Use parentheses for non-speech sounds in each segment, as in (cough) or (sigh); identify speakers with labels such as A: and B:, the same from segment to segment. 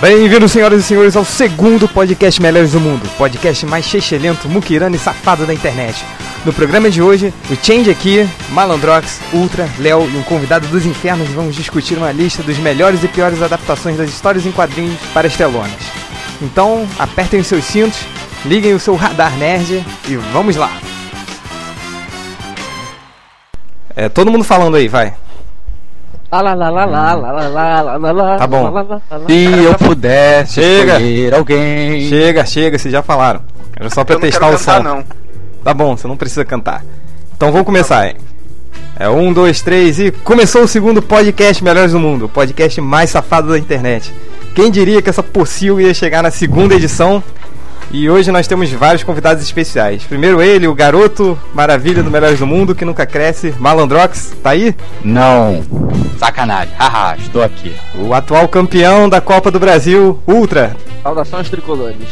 A: Bem-vindos, senhoras e senhores, ao segundo podcast Melhores do Mundo, podcast mais chechelento, muquirano e safado da internet. No programa de hoje, o Change aqui, Malandrox, Ultra, Léo e um convidado dos infernos vamos discutir uma lista dos melhores e piores adaptações das histórias em quadrinhos para as telonas. Então, apertem os seus cintos, liguem o seu radar nerd e vamos lá! É, todo mundo falando aí, vai.
B: Lá, lá, lá, lá, lá, lá, lá, lá, lá, lá, lá,
A: Tá bom.
B: lá, lá, lá, lá.
C: Se eu pudesse
A: Chega.
C: escolher alguém.
A: Chega, chega, vocês já falaram. Era só pra
D: Eu não
A: testar
D: quero
A: o
D: cantar,
A: som.
D: não. Tá
A: Tá bom, você não precisa cantar. Então vamos começar, hein? É um, dois, três e começou o segundo podcast Melhores do Mundo, o podcast mais safado da internet. Quem diria que essa possível ia chegar na segunda edição? E hoje nós temos vários convidados especiais. Primeiro ele, o garoto maravilha do Melhores do Mundo, que nunca cresce, Malandrox, tá aí?
C: Não. Sacanagem. Haha, estou aqui.
A: O atual campeão da Copa do Brasil, Ultra.
B: Saudações tricolores.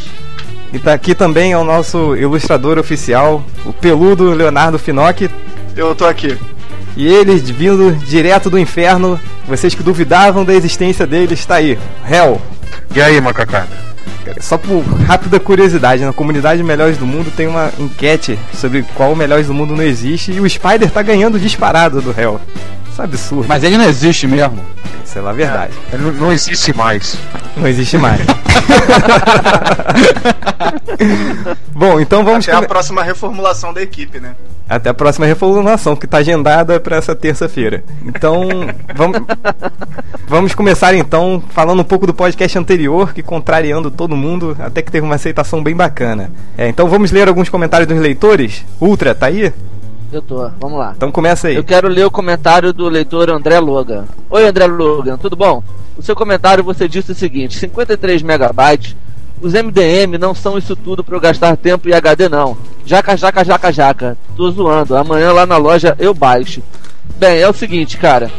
A: E tá aqui também é o nosso ilustrador oficial, o peludo Leonardo Finocchi.
D: Eu tô aqui.
A: E ele, vindo direto do inferno, vocês que duvidavam da existência dele, está aí. Hell.
E: E aí, macacada?
A: Só por rápida curiosidade, na comunidade Melhores do Mundo tem uma enquete sobre qual Melhores do Mundo não existe e o Spider tá ganhando disparado do Hell. Isso é um absurdo.
C: Mas ele não existe mesmo.
A: Isso é lá a verdade.
E: Ele não- não existe (laughs) mais.
A: Não existe mais. Bom, então vamos
D: Até É a
A: come-
D: próxima reformulação da equipe, né?
A: Até a próxima reformulação, que está agendada para essa terça-feira. Então, vamos, vamos começar então falando um pouco do podcast anterior, que contrariando todo mundo, até que teve uma aceitação bem bacana. É, então vamos ler alguns comentários dos leitores? Ultra, tá aí?
B: Eu tô, vamos lá.
A: Então começa aí.
B: Eu quero ler o comentário do leitor André Logan. Oi, André Logan, tudo bom? No seu comentário você disse o seguinte: 53 megabytes. Os MDM não são isso tudo pra eu gastar tempo e HD, não. Jaca, jaca, jaca, jaca. Tô zoando. Amanhã lá na loja eu baixo. Bem, é o seguinte, cara.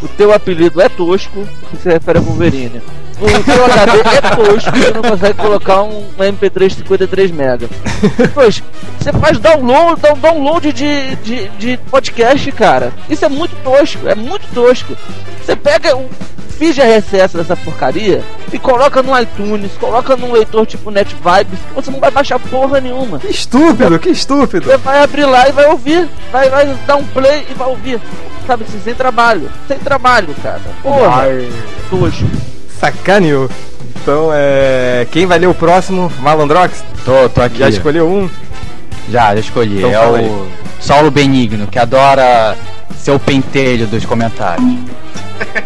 B: O teu apelido é tosco, que se refere a Wolverine. O teu HD é tosco, você não consegue colocar um MP3 53 mega. Depois, você faz download, dá um download de, de, de podcast, cara. Isso é muito tosco, é muito tosco. Você pega o feed RSS dessa porcaria e coloca no iTunes, coloca num leitor tipo NetVibes, você não vai baixar porra nenhuma.
A: Que estúpido, que estúpido.
B: Você vai abrir lá e vai ouvir. Vai, vai dar um play e vai ouvir. Sabe assim, sem trabalho. Sem trabalho, cara. Porra, tosco.
A: Sacaneou. Então, é... quem vai ler o próximo? Malandrox?
C: Tô, tô aqui.
A: Já escolheu um?
C: Já, já escolhi.
A: Então
C: é
A: fala
C: o Saulo Benigno, que adora ser o pentelho dos comentários.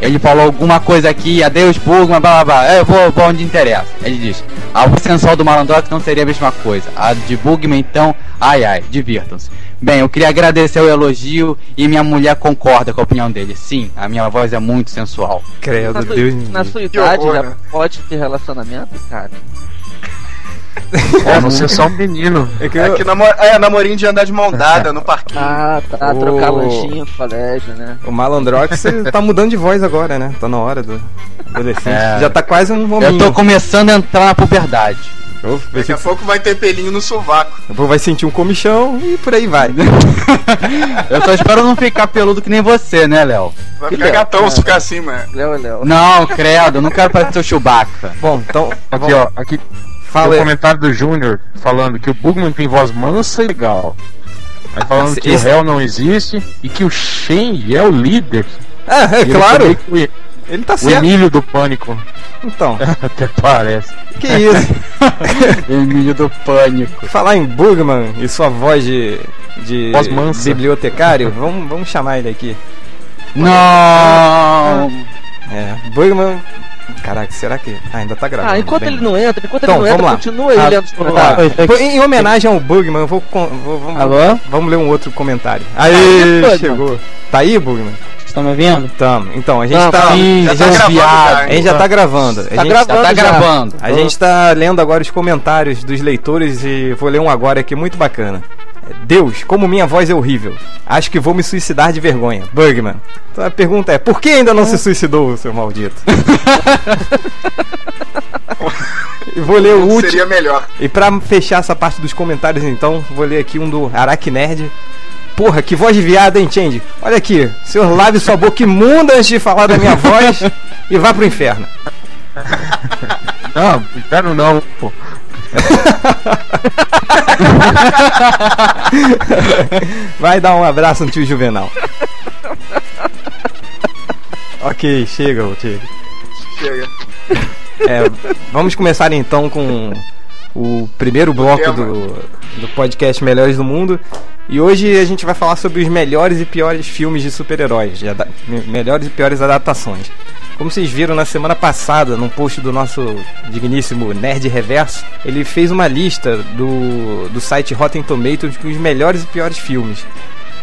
C: Ele falou alguma coisa aqui, adeus Bugman, blá blá blá. É, Eu vou, vou onde interessa. Ele diz: a voz sensual do Malandrox não seria a mesma coisa. A de Bugman, então, ai ai, divirtam-se. Bem, eu queria agradecer o elogio e minha mulher concorda com a opinião dele. Sim, a minha voz é muito (laughs) sensual.
A: Credo,
B: Na sua,
A: Deus me
B: na
A: livre.
B: sua idade
D: horror,
B: já
D: né?
B: pode ter relacionamento, cara.
E: Ó, você é só um menino.
A: É que
D: É
A: eu-
D: que namor... é, namorinho de andar de mão dada no parquinho.
B: Ah, tá.
A: Ô.
B: Trocar lanchinho no colégio, né?
A: O Malandrox tá mudando de voz agora, né? Tá na hora do adolescente.
C: É.
A: Já tá quase um homem.
C: Eu tô começando a entrar na puberdade.
A: Vai,
D: Daqui a
A: ser-
D: pouco vai ter pelinho no sovaco.
A: vai sentir um comichão e por aí vai.
C: Eu só espero não ficar peludo que nem você, né, Léo?
D: Vai
B: Que
D: ficar
B: legal,
D: gatão se ficar assim, mano.
B: Léo é Léo.
C: Não, credo, eu não quero parecer o Chewbacca.
A: Bom, então.
E: Aqui, ó. Aqui tem
A: Fala
E: o
A: aí.
E: comentário do Júnior falando que o Bugman tem voz mansa e legal. Aí falando que
A: Esse-
E: o réu não existe e que o Shen é o líder.
A: Ah, é
E: E ele
A: claro,
E: também que o-
A: ele tá
E: O
A: certo.
E: Emílio do Pânico. (laughs)
A: Então,
E: Até parece.
A: que isso?
C: Emílio do Pânico.
A: Falar em Bugman e sua voz de. de
E: Voz mansa.
A: bibliotecário, vamos, vamos chamar ele aqui.
C: Não!
A: É, Bugman. Caraca, será que. Ah, ainda tá gravando.
B: Ah, enquanto
A: bem.
B: ele não entra, enquanto
A: Então,
B: ele não entra,
A: vamos lá.
B: continua ele
A: Ah,
B: lendo os
A: Tá.
B: comentários.
A: Pô, Em homenagem ao Bugman, eu vou. con- vou- vamos,
C: Alô?
A: vamos ler um outro comentário.
B: Aí,
A: Aí,
B: Bugman.
A: chegou. Tá aí, Bugman?
C: Estão me ouvindo?
A: Tamo. Então, a gente
B: Tamo.
E: Ah,
A: tá.
C: Sim,
D: já tá
C: já
D: gravando,
C: viado.
D: cara.
A: A gente já tá gravando. A
B: Tá
A: gente,
B: gravando.
C: Já tá
B: já.
C: gravando.
A: a gente tá lendo agora os comentários dos leitores e vou ler um agora aqui muito bacana. Deus, como minha voz é horrível. Acho que vou me suicidar de vergonha. Bugman. Então a pergunta é: por que ainda não se suicidou, seu
B: (laughs)
A: maldito? e vou ler É o último.
D: Seria melhor.
A: E pra fechar essa parte dos comentários, então, vou ler aqui um do Aracnerd. Porra, que voz de viada, hein, Change? Olha aqui, senhor, lave sua boca imunda antes de falar da minha voz e vá pro inferno.
E: Não, inferno não, pô.
A: (laughs) Vai dar um abraço no tio Juvenal. ok, chega, ô tio.
D: Chega.
A: É, vamos começar então com o primeiro bloco
D: tema.
A: do, do podcast Melhores do Mundo. E hoje a gente vai falar sobre os melhores e piores filmes de super-heróis, de ada- me- melhores e piores adaptações. Como vocês viram na semana passada, num post do nosso digníssimo Nerd Reverso, ele fez uma lista do, do site Rotten Tomatoes com os melhores e piores filmes.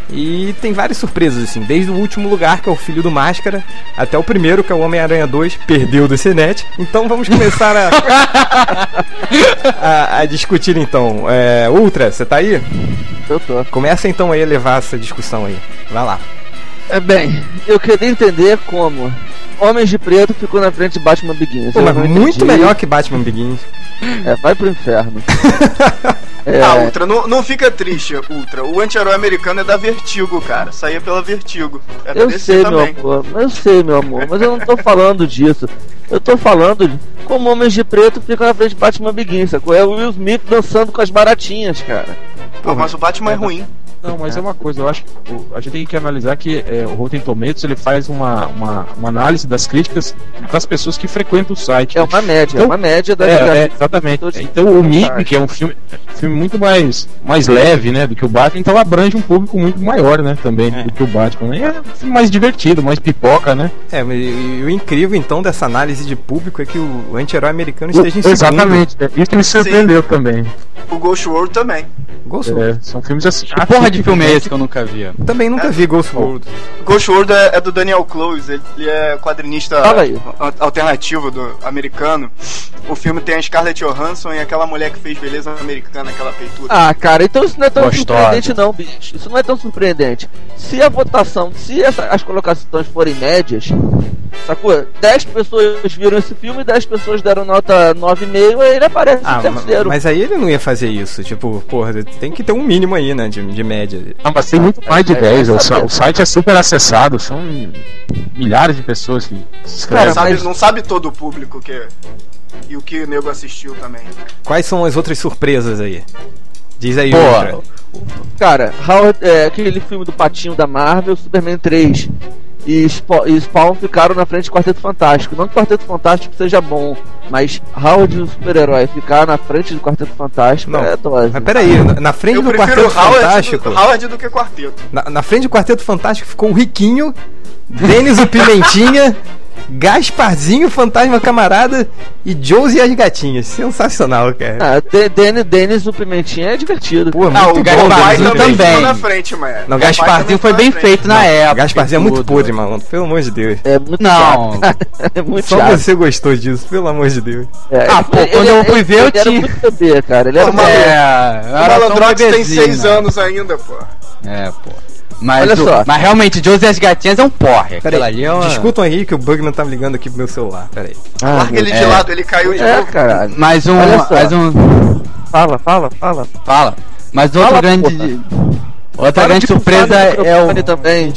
A: E tem várias surpresas, assim, desde o último lugar, que é o Filho do Máscara, até o primeiro, que é o Homem-Aranha 2, perdeu do Cinet. Então vamos começar a, (laughs) a, a discutir, então. É, Ultra, você tá aí?
B: Eu tô.
A: Começa então aí a levar essa discussão aí. Vai lá.
B: É bem, eu queria entender como Homens de Preto ficou na frente de Batman Begins.
A: Pô,
B: Eu
A: mas
B: não
A: muito
B: entendi.
A: melhor que Batman Begins.
B: É, vai
A: (laughs)
B: pro inferno.
A: Tá,
B: É,
A: É.
D: Ah, Ultra, não, não fica triste, Ultra. O anti-herói americano é da Vertigo, cara. Saía pela Vertigo. É da
B: Eu
D: DC
B: sei, meu
D: também.
B: amor, eu sei, meu amor, mas eu não tô falando disso. Eu tô falando de como homens de preto ficam na frente de Batman Begins, sacou? É o Will Smith dançando com as baratinhas, cara.
D: Pô, mas o Batman é ruim.
E: Não, mas é uma coisa, eu acho que o- a gente tem que analisar que é, o Rotten Tomatoes ele faz uma, uma, uma análise das críticas das pessoas que frequentam o site.
B: É uma média,
A: Então,
B: é uma média da
E: É, é, exatamente.
B: Todos-
E: Então o Mib, que é um filme, filme muito mais, mais leve, né, do que o Batman, então abrange um público muito maior, né, também, do que o Batman. né? E é um filme mais divertido, mais pipoca, né?
A: É, mas e- e o incrível então dessa análise de público é que o anti-herói americano esteja em segundo.
E: exatamente. é, Isso me surpreendeu também.
D: O Ghost World também.
A: Ghost World.
E: É, são filmes assim.
A: tá
C: Que porra
A: tipo
C: de filme é esse que eu nunca vi?
A: Também nunca vi Ghost World.
D: Ghost World é, é do Daniel Close, ele, ele é quadrinista
B: Fala aí.
D: a- alternativo do americano. O filme tem a Scarlett Johansson e aquela mulher que fez beleza americana, aquela peitura.
B: Ah, cara, então isso não é tão
C: Gostosa.
B: surpreendente não, bicho. Isso não é tão surpreendente. Se a votação, se essa- as colocações forem médias, sacou? 10 pessoas viram esse filme, 10 pessoas deram nota 9,5, aí ele aparece
A: Ah,
B: em
A: ma-
B: terceiro.
A: mas aí ele não ia fazer isso. Tipo, porra, tem que ter um mínimo aí, né, de, de média.
E: Ah, mas tem muito mais de
B: É,
E: 10.
B: vai
E: o, sa-
B: saber.
E: o site é super acessado, são milhares de pessoas que se
D: Não
E: inscrevem.
B: Cara,
D: sabe,
B: mas-
D: não sabe todo o público que e o que o nego assistiu também.
A: Quais são as outras surpresas aí? Diz aí,
C: Pô,
A: outra.
B: Cara, Howard, é, aquele filme do Patinho da Marvel, Superman 3 e, Spa- e Spawn ficaram na frente do Quarteto Fantástico. Não que o Quarteto Fantástico seja bom, mas Howard o super-herói ficar na frente do Quarteto Fantástico
A: Não,
B: é dose.
A: Mas peraí, na- na frente
D: Eu
A: do
D: prefiro é tipo,
A: Quarteto
D: Howard
A: Fantástico.
D: do, Howard do que Quarteto.
A: Na, na frente do Quarteto Fantástico ficou o Riquinho, Denis o Pimentinha, Gasparzinho, Fantasma Camarada e Jones e as Gatinhas. Sensacional, cara.
B: Ah, De- Den- Dennis, o Pimentinha é divertido.
A: Pô,
C: Ah, o
A: muito bom, Denis o
C: Gasparzinho também.
A: Pimentinha.
D: ficou na frente, mas.
A: Não,
D: Papai
A: Gasparzinho
D: também
C: Gasparzinho
D: ficou
C: foi
D: na
C: bem
D: frente.
C: feito na época.
A: Gasparzinho é
C: e
A: muito
C: tudo.
A: podre, malandro. Pelo amor de Deus.
B: É muito chato. (laughs)
C: Não,
B: É muito
A: Só
B: chato.
A: você gostou disso, pelo amor de Deus.
B: É,
C: Ah, pô, quando eu fui ver, eu
B: ele era
C: tinha-
B: muito bebê, cara. Ele era
D: Pô,
B: uma...
D: mas-
C: é.
D: O Malandrox tem 6
C: né?
D: anos ainda, pô.
C: É, pô. Mas,
B: Olha
C: o-
B: só.
C: mas realmente, Josie e as Gatinhas é um porre. Aquela
A: Peraí,
C: ali é uma...
A: discutam aí que o Bugman tá me ligando aqui pro meu celular. Peraí.
D: Larga ele de
C: é.
D: lado, ele caiu de
B: Ah, É,
D: novo.
B: caralho.
C: Mais um,
B: Olha só.
C: mais um...
B: Fala, fala, fala.
C: Fala. Mas outra
B: Fala,
C: grande... Outra
B: Para de
C: grande
B: pulsar
C: surpresa
B: no microfone
C: é o...
B: Também.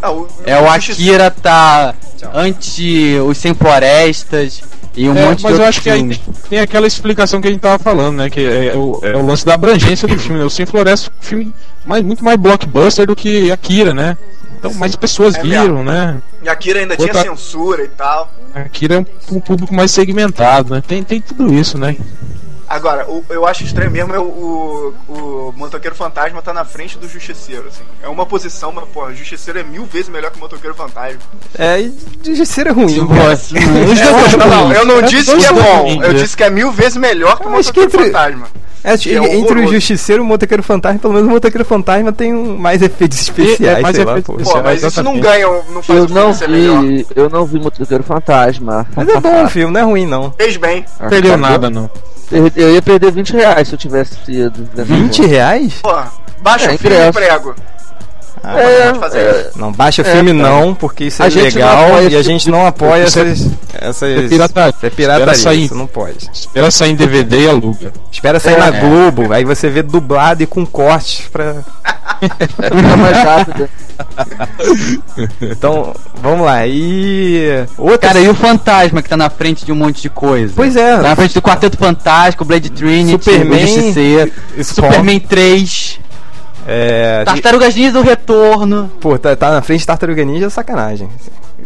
D: Ah, o-
C: É o
D: Justiça-
C: Akira tá anti os sem florestas e um
E: É,
C: monte de
E: mas eu
C: outros
E: acho que aí
C: filmes.
E: tem- tem aquela explicação que a gente tava falando, né? Que é o, é o lance da abrangência do filme. Né? O Sem Floresta é um filme mais, muito mais blockbuster do que Akira, né? Então mais pessoas
D: É
E: viram, né?
D: E Akira ainda tinha
E: Outra-
D: censura e tal.
E: Akira é um, um público mais segmentado, né? Tem, tem tudo isso, né?
D: Agora, o- eu acho estranho mesmo é o, o, o motoqueiro fantasma tá na frente do justiceiro, assim. É uma posição, mas, pô, o justiceiro é mil vezes melhor que o motoqueiro fantasma.
A: É, e de ser ruim.
C: Sim,
A: cara.
C: sim,
E: (laughs)
C: os
D: É,
C: dois
D: não, não, eu não disse que é bom,
E: ruins,
D: eu
E: né?
D: disse que é mil vezes melhor que o
A: Eu acho que
D: motoqueiro
A: entre-
D: fantasma.
A: Acho que
D: É
A: entre o
D: horroroso.
A: Justiceiro e o Motoqueiro Fantasma, pelo menos o Motoqueiro Fantasma tem um, mais efeitos especiais,
E: é, mais
A: sei lá,
E: efeitos
A: pô.
E: especiais.
D: Pô, mas isso não ganha, não faz
B: Eu
D: o filme
B: não
D: ser melhor.
B: vi, eu não vi Motoqueiro Fantasma.
A: Mas é bom o filme, não é ruim não.
D: Fez bem.
E: Não perdeu nada, não.
B: Eu, eu ia perder 20 reais se eu tivesse né? ido.
A: 20 reais? Ah,
D: Pô, baixa
B: É,
D: o filme e
B: ingresso.
D: prego. Não pode fazer
B: é,
D: isso.
A: Não baixa
B: É,
A: filme
B: cara.
A: não, porque isso é
B: A gente não
A: ilegal
B: apoia
A: e
B: esse
A: a
B: tipo
A: gente não apoia
E: Isso é-
A: essas... essas...
E: É pirataria.
A: Isso é pirataria,
E: Espera sair.
A: isso não pode.
E: Espera sair em DVD e aluga.
A: Espera sair
B: É.
A: na Globo, aí você vê dublado e com corte pra...
B: é, Fica mais rápido.
A: Então, vamos lá. E... Outra...
C: Cara, e o fantasma que tá na frente de um monte de coisa?
A: Pois é.
C: Tá na frente do Quarteto Fantástico, Blade Trinity,
A: Superman,
C: o Justiceiro,
A: Spawn.
C: Superman 3,
A: É...
C: Tartarugas Ninja do Retorno.
A: Pô, tá, tá na frente de Tartaruga Ninja é sacanagem.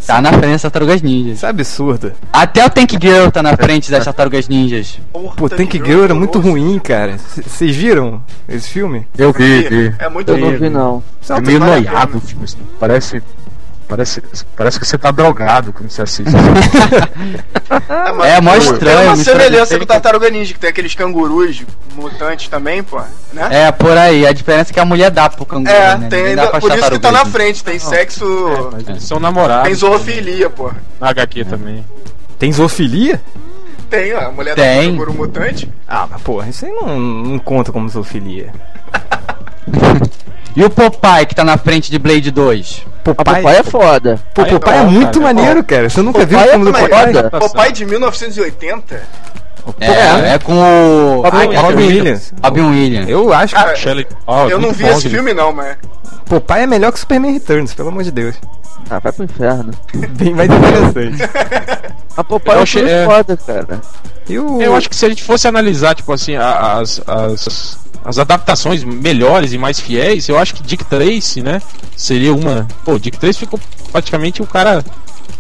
C: Tá na frente das Tartarugas Ninjas.
A: Isso é absurdo.
C: Até o Tank Girl tá na frente das Tartarugas Ninjas.
D: Porra,
A: Pô, Tank
D: Girl é
A: Girl era muito
D: horroroso.
A: ruim, cara. C- Vocês viram esse filme?
E: Eu vi, vi.
D: É muito
B: Eu não
D: ruim. tá
B: vi, não.
A: Isso
E: É
A: uma
E: meio
D: vale a
E: noiado o filme. assim. Parece. Parece, parece que você tá drogado quando você assiste.
D: mas
C: É, mó
D: tem-
C: estranho,
D: Tem uma
C: mistura
D: semelhança
C: de-
D: com o Tartaruga Ninja, que tem aqueles cangurus mutantes também, pô. Né?
C: É, por aí. A diferença é que a mulher dá pro canguru,
D: É,
C: né?
D: tem
C: Ninguém dá
D: ainda-
C: pras
D: por isso que tá na
C: tartarugas,
D: frente, tem sexo,
E: Mas eles (laughs) são
D: tem
E: namorados.
D: zoofilia, pô.
E: Na
D: É.
E: HQ também.
A: Tem zoofilia?
D: Tem, ó, a mulher
C: Tem.
D: do canguru mutante.
A: Ah, mas porra, isso aí não, não conta como zoofilia.
C: gente. E o Popeye que tá na frente de Blade 2?
A: Popeye,
B: Pai é foda.
A: Pô,
E: Popeye
A: Popeye é
E: é bom,
A: muito
E: cara.
A: maneiro, cara. Você nunca viu o
B: Popeye
A: filme do
D: é
A: Popeye?
B: foda.
D: Papai de 1980?
C: É, é com o...
B: Robin-
C: Ai,
A: Robin
C: Robin
A: Williams.
C: Williams. Robin Williams.
A: Eu acho que
D: Cara,
E: Shelley Powell,
D: É, eu não
E: muito
D: vi
E: bom
D: esse
E: aquele-
D: filme não, mas...
A: Popeye é melhor que Superman Returns, pelo amor de Deus.
B: Ah, vai pro inferno.
A: Bem mais interessante.
B: A Popeye é
E: Eu
B: um filme
E: achei- é.
B: foda, cara.
A: E o...
E: Eu acho que se a gente fosse analisar, tipo assim, a- as, as, as adaptações melhores e mais fiéis, eu acho que Dick Tracy, né? Seria uma. Pô, Dick Tracy ficou praticamente o cara.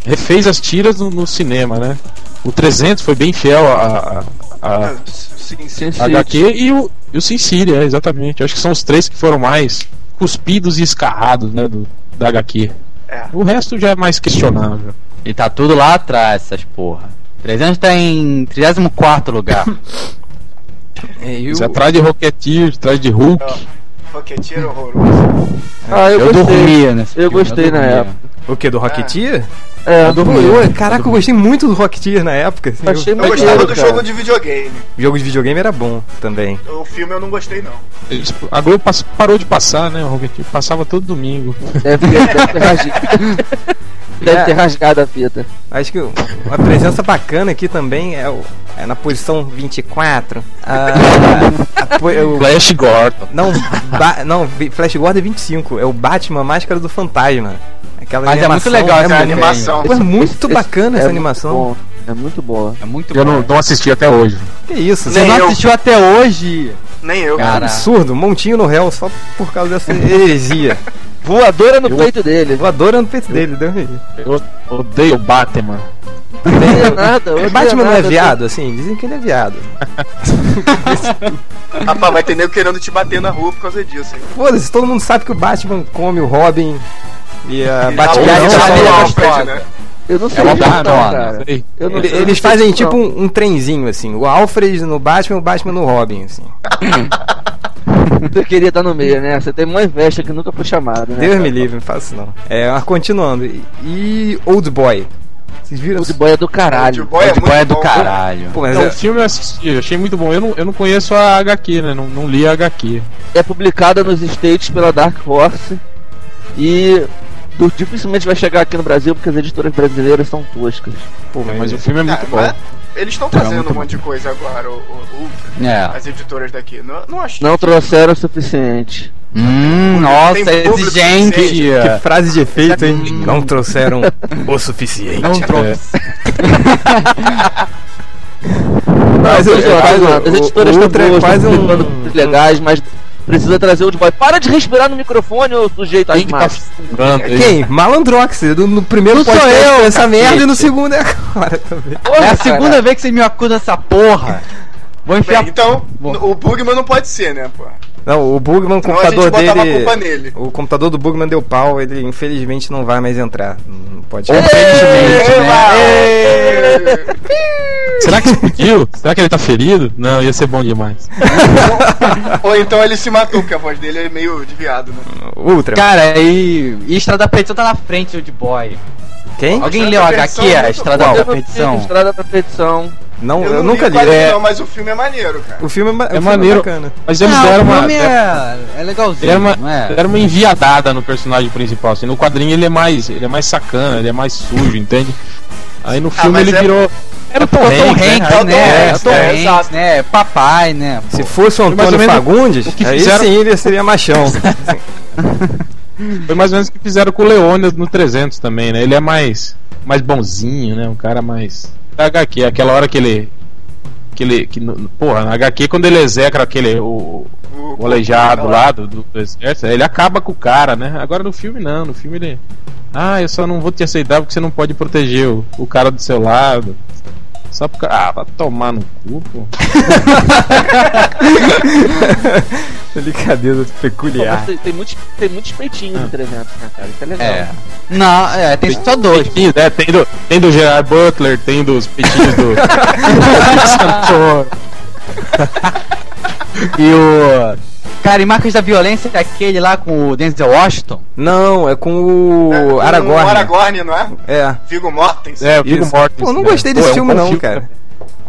E: Refez as tiras no, no cinema, né? O 300 foi bem fiel a, a, a-
D: Ah, Sim, sim.
B: Sin City.
E: a HQ e o, e o Sin City, é, exatamente. Eu acho que são os três que foram mais cuspidos e escarrados, né? Do, da HQ.
D: É.
E: O resto já é mais questionável.
C: E tá tudo lá atrás, essas porra. 300 tá em 34 lugar.
A: É, e o-
E: Isso Atrás de Rocketeer, atrás de Hulk.
D: Rocketeer horroroso.
B: Ah, eu,
C: Eu
B: gostei.
C: dormia nesse
B: Eu
C: filme,
B: gostei na
C: dormia.
B: época.
A: O que, do Rocketeer?
B: É,
A: Pô, eu, caraca, eu gostei muito do Rocketeer na época. assim,
B: Achei
A: eu-
D: Eu
B: maneiro,
D: gostava do
B: cara.
D: jogo de videogame.
A: O jogo de videogame era bom também.
D: O filme eu não gostei, não.
E: Eles- A Globo pass- parou de passar, né? O Rocketeer passava todo domingo.
B: Deve, deve ter
A: (laughs)
B: rasgado. Deve
A: É.
B: ter rasgado a fita.
A: Acho que o- uma presença bacana aqui também é, o- é na posição 24. A, Ah, a, po- é o-
E: Flash Gordon.
A: não, ba- não, vi- Flash Gordon é 25. É o Batman Máscara do Fantasma. Aquela
C: Mas é muito
A: animação,
C: legal essa
A: é muito-
D: Animação.
A: Pô, é muito
B: Esse-
A: bacana
B: é
A: essa
B: muito
A: animação.
B: bom, É muito boa.
C: É muito
E: Eu não,
C: bom.
E: não assisti até hoje.
A: Que isso,
C: Você
A: isso
D: Nem
C: não
D: eu.
C: assistiu até hoje?
D: Nem eu.
A: é um
C: Cara.
A: absurdo. Montinho no réu só por causa dessa heresia.
B: Voadora no peito dele.
A: Voadora no peito dele, deu um
E: Eu odeio o Batman.
B: Não é nada.
A: O
B: odeia
A: Batman não é
B: nada,
A: viado, assim. Dizem que ele é viado.
D: Rapaz, vai ter nego querendo te bater na rua por causa disso, hein?
A: Foda-se, todo mundo sabe que o Batman come o Robin e ah, a
D: E
A: Batgirl.
D: dá um
C: não,
D: tapa
C: não,
D: no
C: não,
D: Alfred,
C: não.
D: né?
B: Eu não sei
C: É uma
B: disso, não,
C: Batman,
B: cara.
E: Sei.
B: Eu não-
A: Ele-
B: eu não
A: Eles
B: sei
A: fazem
B: disso,
A: tipo
B: não.
A: um, um trenzinho, assim. O Alfred no Batman e o Batman no Robin, assim.
B: Eu queria estar no meio, né? Você tem uma inveja que nunca foi chamada, né?
A: Deus me
B: cara?
A: livre, não faço isso não. É, mas continuando. E Old Boy. Vocês viram?
B: O de boia é do
D: O
B: caralho.
D: Boy
C: o de boy é do
D: bom.
C: caralho.
A: Pô, mas
E: Então,
A: é-
E: o filme eu assisti, eu achei muito bom. Eu não, eu não conheço a HQ, né? Não, não li a HQ.
B: É publicada nos States pela Dark Horse. E du- dificilmente vai chegar aqui no Brasil porque as editoras brasileiras são toscas.
A: pô, mas-
E: Mas o filme é muito
D: Ah,
E: bom.
D: mas Eles estão
E: Tá,
D: trazendo
E: muito
D: um monte de coisa agora, o, o- o-
C: É.
D: as editoras daqui. Não, não acho.
B: Não trouxeram o suficiente.
C: Hum,
D: Tem
C: nossa,
D: público
C: exigente.
E: É.
A: Que frase de efeito, hein?
C: Hum.
A: Não trouxeram o suficiente.
C: Não trouxe.
A: Mas
B: Não,
A: eu- eu-
B: não, não,
A: eu-
B: não. as
A: o-
B: editoras
A: o
B: estão
A: Ultra é
B: boas,
A: quase
B: estão
A: um-
B: publicando coisas legais, mas precisa trazer o de boy. Para de respirar no microfone, ô sujeito
E: Quem que tá
B: asmático.
E: furando aí?
A: Quem? Malandrox. No, no primeiro
C: Não sou
A: podcast
C: eu,
A: foi essa merda e no
C: cacete.
A: segundo é agora também.
B: Porra,
C: É
B: cara.
C: a segunda vez que você me acusa dessa porra. Vou enfiar.
D: Bem, então,
C: Bom.
D: o Bugman não pode ser, né, pô?
A: Não, o Bugman, o
D: Senão a gente
A: computador
D: botava a
A: dele.
D: culpa nele.
A: O computador do Bugman deu pau, ele infelizmente não vai mais entrar. Não pode.
C: Infelizmente, né?
E: Será que explodiu? Será que ele tá ferido? Não, ia ser bom demais.
D: Ou então ele se matou, porque a voz dele é meio de viado, né?
A: Ultra.
C: Cara, e, e Estrada Petição tá na frente do de boy.
A: Quem?
C: Alguém
D: Estrada
C: leu a
D: da Perdição
C: HQ,
D: é
C: a
D: muito
C: Estrada
B: Eu
C: da
B: não vi
C: Perdição?
B: Estrada da Petição.
A: Não, eu,
D: não
A: nunca
D: o
A: li.
D: quadrinho,
A: É,
D: Não, mas o filme é maneiro, cara.
A: o filme é, ma- o
E: É
A: filme
E: maneiro.
A: bacana.
E: Mas eles
C: Não,
E: deram
C: o
E: uma.
C: filme é, é legalzinho,
E: Ele era uma,
C: não é?
E: ele era uma enviadada no personagem principal. Assim. No quadrinho ele é mais. Ele é mais sacana, ele é mais sujo, entende? Aí no filme
D: mas
E: ele
D: é-
E: virou. Era o Tom
C: Tom
E: Hanks, né?
C: Hanks,
E: Aí-
C: né?
D: É,
C: Tom
D: é,
C: Hanks,
D: exato.
C: né? Papai, né?
A: Se fosse o
E: mais ou
A: Antônio
E: menos
A: Fagundes,
E: o que
A: aí
E: fizeram-
A: sim ele seria
E: (laughs)
A: machão.
E: Foi mais ou menos o que fizeram com o Leônidas no 300 também, né? Ele é mais mais bonzinho, né? Um cara mais da HQ, aquela hora que ele que ele que no- porra, na HQ quando ele execra aquele o, o aleijado
D: é
E: lá do, do do exército, ele acaba com o cara, né? Agora no filme não, no filme ele Ah, eu só não vou te aceitar porque você não pode proteger o, o cara do seu lado. Só porque. Ah, vai tomar no cu, pô.
A: Delicadeza
B: Pô, mas
A: peculiar.
B: tem, tem muitos, tem muitos peitinhos no 300, né, cara? Isso é legal.
C: Ah. É. Não, é, tem só dois.
E: Ih, né? Tem do, tem do Gerard Butler, tem dos peitinhos
A: (laughs)
E: do.
C: E o. Cara, e Marcos da Violência é aquele lá com o Denzel Washington.
A: Não, é com o Aragorn.
D: O um Aragorn, não é?
A: É.
D: Vigo Mortens.
E: É, o Viggo
A: Isso.
E: Mortensen,
A: Pô, eu não
E: né?
A: gostei desse
E: Pô, é um
A: filme,
E: bom
A: não, cara.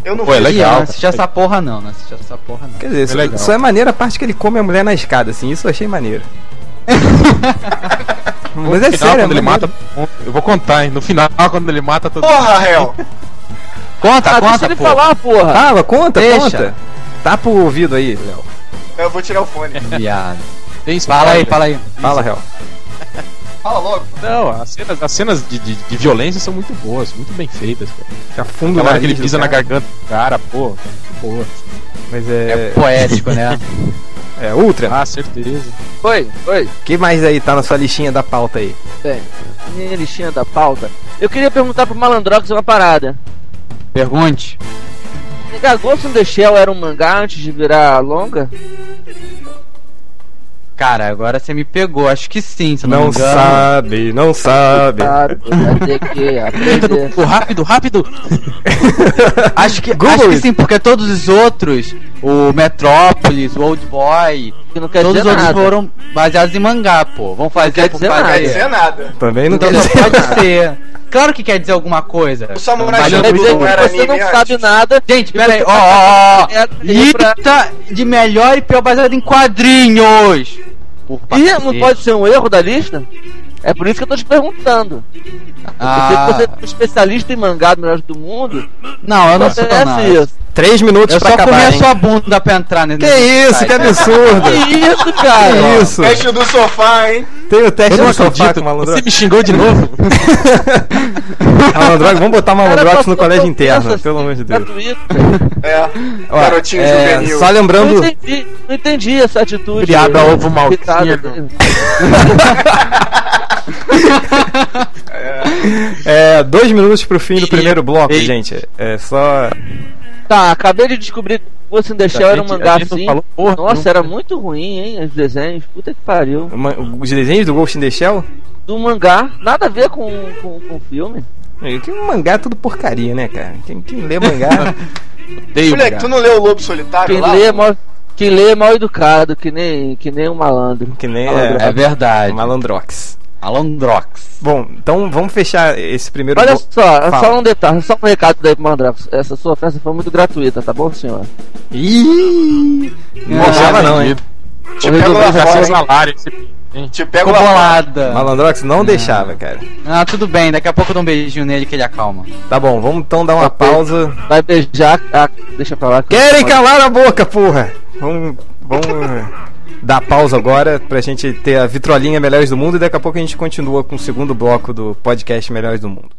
D: Eu não
E: Pô, é
D: vi.
E: legal.
C: Ih, eu não assisti essa porra não, não assisti essa porra não.
A: Quer dizer, só-
E: legal.
A: só é maneiro a parte que ele come a mulher na escada, assim, isso eu achei
E: (laughs)
A: maneiro. Mas é
E: No final,
A: sério, é
E: quando ele
A: maneiro.
E: mata. Eu vou contar, hein? No final, (laughs) quando ele mata todo
D: Porra, Hel.
C: Conta,
B: Ah, deixa
C: conta,
B: ele
C: pô.
B: falar, porra.
A: Fala, conta,
C: Deixa.
A: conta. Tapa o ouvido aí, Léo.
D: Eu vou tirar o fone.
C: Viado.
E: Tem spoiler.
C: Fala aí, fala aí.
A: Fala, Léo.
D: Fala logo.
E: Não, as cenas, as cenas de, de, de violência são muito boas, muito bem feitas. Cara.
A: Afunda o
E: Aquela hora que
A: nariz
E: ele
A: do
E: pisa na
A: é cara.
E: garganta do cara, pô, tá muito boa.
A: Mas
C: É
A: é...
C: poético, né?
A: É, Ultra,
E: Ah, certeza.
B: Foi, foi.
E: Ah.
A: o que mais aí tá na sua listinha da pauta aí?
B: Bem, minha listinha da pauta. Eu queria perguntar pro Malandrox uma parada.
C: Pergunte.
B: Cara, Ghost in the Shell era um mangá antes de virar longa?
C: Cara, agora você me pegou, acho que sim, se eu não,
A: Não
C: me engano.
A: sabe, não
C: É.
A: sabe.
E: Ah.
B: Claro, vai ter que
C: (laughs)
B: aprender.
C: Pô,
A: (laughs)
C: rápido, rápido! acho que,
A: Google
C: acho que
A: it.
C: sim, porque todos os outros, o Metrópolis, o Old Boy,
B: Que não quer
C: todos
B: dizer
C: os outros
B: nada.
C: foram baseados em mangá, pô. Vão fazer
B: quer
C: por
B: dizer
C: fazer.
B: nada.
D: Quer dizer nada.
A: Também não
C: Então
A: quer dizer. (laughs)
C: não pode ser. Claro que quer dizer alguma coisa.
D: O Samurai
C: Mas
B: Quer
C: eu
D: Champloo
B: dizer que
D: não era
B: você
D: anime
B: não
D: antes.
B: sabe nada.
C: Gente, pera aí, ó, ó, ó, ó.
B: Tipo, É, é pra-
C: Lista de melhor e pior baseado em quadrinhos. Por
B: Ih,
C: cacete.
B: não pode ser um erro da lista? É por isso que eu tô te perguntando.
C: Ah,
B: Eu sei que você é um especialista em mangá do melhor do mundo.
C: não, eu
A: Ah,
C: não sou
B: acontece
C: não.
B: isso.
A: Três minutos
C: Eu
A: pra
C: só comi
A: acabar,
C: a
A: hein?
C: sua bunda pra entrar nesse
A: Que isso, que absurdo.
E: (laughs)
B: Que isso, cara?
A: Que
E: É
A: isso.
D: Teste do sofá, hein?
A: Tem o teste
E: Eu não
A: do sofá
E: acredito.
A: com o Malandrox.
E: Você me xingou de novo?
A: Malandrox, Ah, vamos botar Malandrox no colégio interno,
B: Essas-
A: pelo amor de Deus.
B: Gratuito.
D: É.
A: Ó,
D: Garotinho
A: é,
D: juvenil.
A: Só
B: Não
A: lembrando,
B: entendi, não entendi essa atitude. Tá,
E: Criado a ovo maltinho.
B: irritada dele.
A: é, dois minutos pro fim do
E: Sim.
A: primeiro bloco,
E: Ei.
A: gente. É só.
B: Tá, acabei de descobrir que Ghost in
A: Tá,
B: the Shell era um
E: A gente- a
B: mangá
E: gente não
B: assim.
E: falou porra
B: Nossa,
E: nenhuma.
B: era muito ruim, hein? Os desenhos, puta que pariu.
A: uma- os desenhos do Ghost in the Shell?
B: Do mangá, nada a ver com com, com o filme.
A: É, Que mangá é tudo porcaria, né, cara? Quem, quem lê mangá.
E: Odeio, (laughs)
D: Moleque,
E: cara.
D: tu não leu o Lobo Solitário
B: Quem
D: lá?
B: lê é mal, quem lê é mal educado, que nem, que nem um malandro.
A: que nem.
C: (laughs) É
A: É,
C: verdade.
A: Malandrox.
C: Alondrox.
A: Bom, então vamos fechar esse primeiro
B: Olha
A: bloco.
B: só,
A: Fala.
B: só um detalhe, só um recado daí pro Mandrax. Essa sua ofensa foi muito gratuita, tá bom, senhor?
A: Ih! Não deixava, não, hein?
D: Te pego lá
E: Já seu
D: fora, hein?
E: salário. esse- hein?
D: Te pego
C: Ficou
D: lá fora.
C: bolada.
A: Malandrox não deixava, cara.
C: Ah, tudo bem, daqui a pouco eu dou um beijinho nele que ele acalma.
A: Tá bom, vamos então dar uma
B: Tá bom.
A: pausa.
B: Vai beijar. Ah, deixa pra lá. que eu-
A: Querem calar a boca, porra! Vamos, vamos eh, dar pausa agora pra gente ter a vitrolinha Melhores do Mundo e daqui a pouco a gente continua com o segundo bloco do podcast Melhores do Mundo.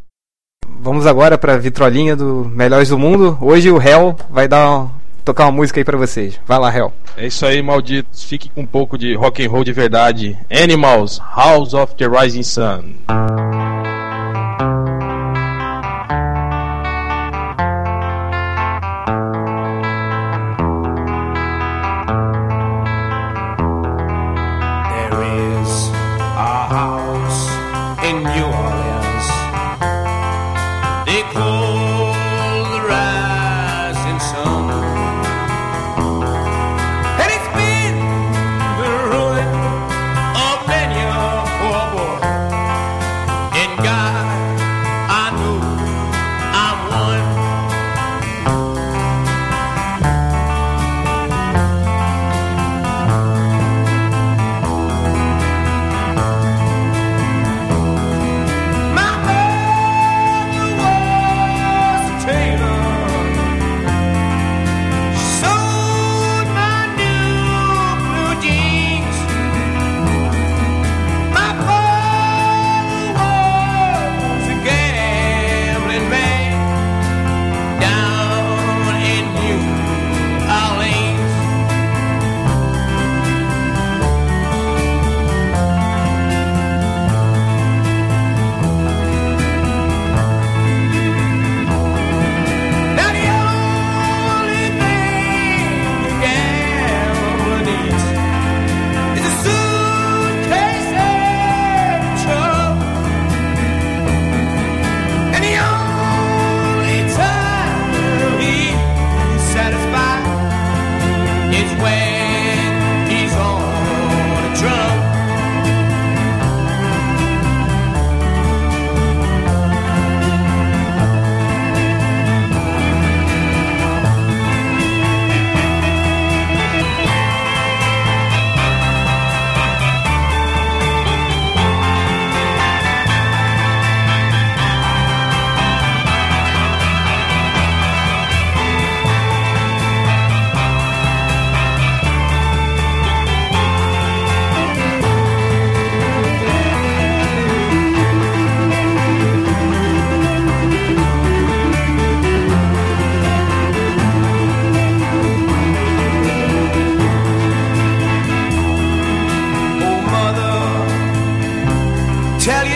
A: Vamos agora pra vitrolinha do Melhores do Mundo. Hoje o Hell vai dar um- tocar uma música aí pra vocês. Vai lá, Hell.
E: É isso aí, malditos. Fique com um pouco de rock and roll de verdade. Animals, House of the Rising Sun.
F: There is a house in New Orleans. They call the rising sun. And it's been the ruin of many a poor boy. And God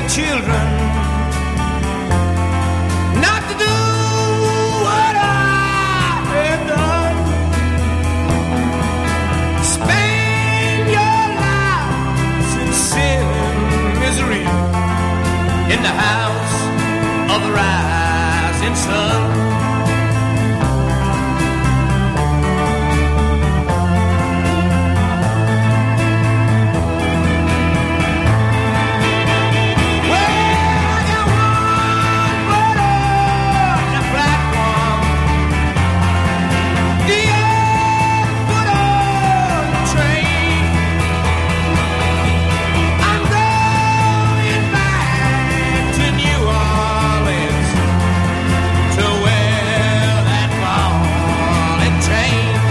F: children not to do what I have done. Spend your lives in sin and misery in the house of the rising sun. Train.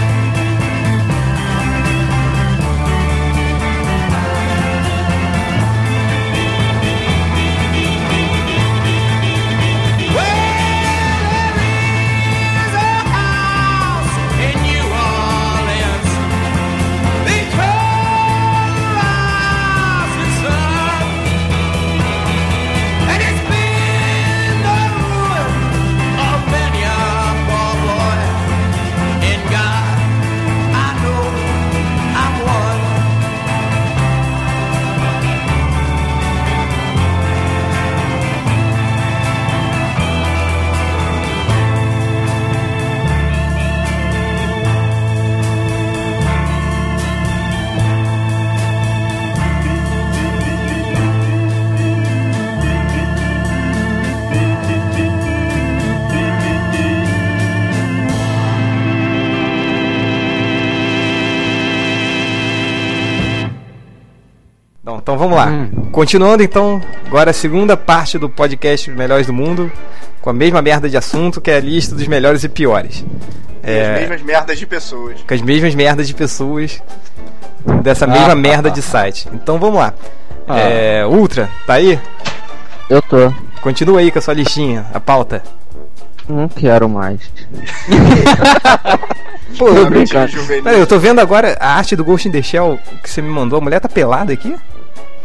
A: Não, então vamos lá.
C: Hum.
A: Continuando então, agora a segunda parte do podcast Melhores do Mundo, com a mesma merda de assunto, que é a lista dos melhores e piores.
D: As
A: É,
D: mesmas merdas de pessoas.
A: com as mesmas merdas de pessoas dessa mesma merda de site. Então vamos lá.
C: Ah.
A: É, Ultra, tá aí?
B: Eu tô.
A: Continua aí com a sua listinha, a pauta.
B: Não quero mais.
A: Pô,
B: Tô
D: Sabe,
A: eu,
B: brincando.
D: de juvenil.
A: peraí, eu tô vendo agora a arte do Ghost in the Shell que você me mandou. A mulher tá pelada aqui?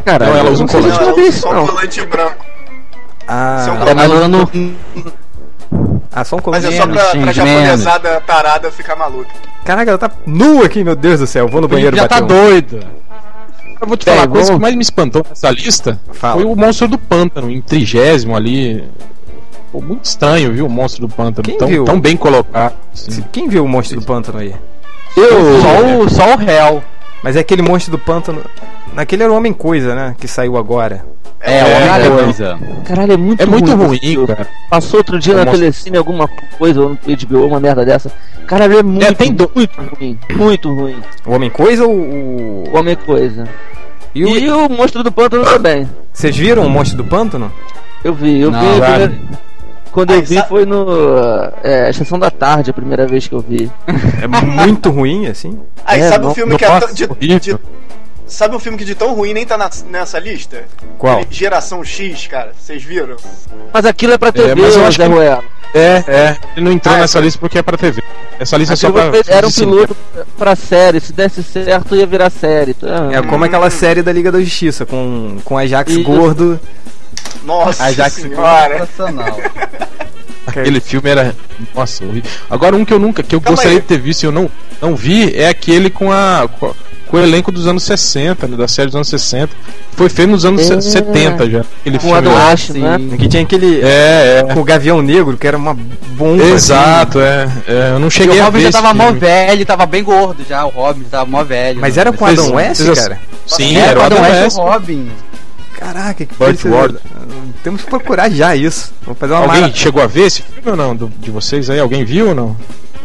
B: Caralho,
E: Não, ela
B: eu
E: usa um
B: sei se eu
D: Não, é
B: te mandei isso,
D: só
B: não.
D: colante branco. Isso é um
A: Ah,
D: colante.
C: Mas eu não-
A: ah só um
D: Mas é
A: colônia.
D: só pra, pra
C: menos.
D: japonesada tarada ficar maluca.
A: Caraca, ela tá nua aqui, meu Deus do céu. Vou no banheiro
E: já tá
A: bater um.
E: doido. Eu vou te falar, a
C: Pegou?
E: coisa que mais me espantou nessa lista
A: Fala.
E: foi o monstro do pântano, em trigésimo ali. Pô, muito estranho, viu? O monstro do pântano.
A: Quem viu?
E: Tão, tão bem colocado. assim.
A: Quem viu o monstro do pântano aí? né?
C: Eu, só o, só o réu.
A: Mas é aquele monstro do pântano. Naquele era o Homem Coisa, né? Que saiu agora.
C: É,
E: É,
C: outra
E: é.
C: coisa.
B: Caralho, é muito
E: É muito
B: esse
E: ruim,
B: filme.
E: cara.
B: Passou outro dia na
E: Nossa.
B: Telecine alguma coisa, ou no HBO, uma merda dessa. Caralho, é muito
E: É, tem dois.
B: ruim. Muito ruim.
A: O Homem Coisa ou o.
B: Qualquer coisa.
A: E
B: E o,
A: o...
B: monstro do pântano também.
A: Vocês viram o monstro do pântano?
B: Eu vi, eu
C: Não,
B: vi. a
E: vale.
B: primeira- Quando eu
D: Aí,
B: vi
D: sabe-
B: foi no. É, Estação da Tarde, a primeira vez que eu vi.
A: É muito ruim, assim.
D: Aí
B: É,
D: sabe um
B: não-
D: filme que é
E: Nossa,
D: tão- de,
E: horrível.
D: de- Sabe um filme que de tão ruim nem tá na- nessa lista?
A: Qual?
D: Aquele Geração X, cara. Vocês viram?
B: Mas aquilo é pra TV,
E: mas eu acho
B: Zé
E: que-
B: Ruela.
E: É, é. Ele não entrou
D: Ah,
E: nessa lista porque é pra TV. Essa lista é só
B: Aquilo
E: pra.
B: fez- Era um
E: cinema.
B: piloto pra série. Se desse certo, ia virar série. Então,
A: É como aquela série da Liga da Justiça, com, com Ajax
B: Isso.
A: gordo.
D: Nossa
C: Ajax
D: senhora.
C: sensacional.
E: Aquele filme era. Nossa, horrível. Agora, um que eu nunca. que eu
D: Calma
E: gostaria
D: aí.
E: de ter visto e eu não, não vi é aquele com a. Com, a- com o elenco dos anos 60, né, da série dos anos 60. Foi feito nos anos
B: É.
E: 70 já. Aquele
B: Com a
E: filme.
B: do
E: lá.
B: Ash, né?
A: Que tinha aquele.
E: É, é.
A: Com o Gavião Negro, que era uma bomba. assim.
E: Exato, é. é. Eu não
C: E
E: cheguei
C: o
E: a
C: Robin
E: ver.
C: já
E: esse
C: tava mó
E: filme.
C: velho, tava bem gordo já. O Robin tava mó velho.
A: Mas era com Adam West,
E: Vocês-
A: cara?
E: Sim,
C: Era
E: era o Adam West.
C: é o Robin.
A: Caraca, que
E: Burt
A: coisa-
E: Ward.
A: Temos que procurar já isso. Vou fazer uma
E: Alguém
A: mara-
E: chegou a ver esse filme ou não? Do- de vocês aí? Alguém viu ou É, não?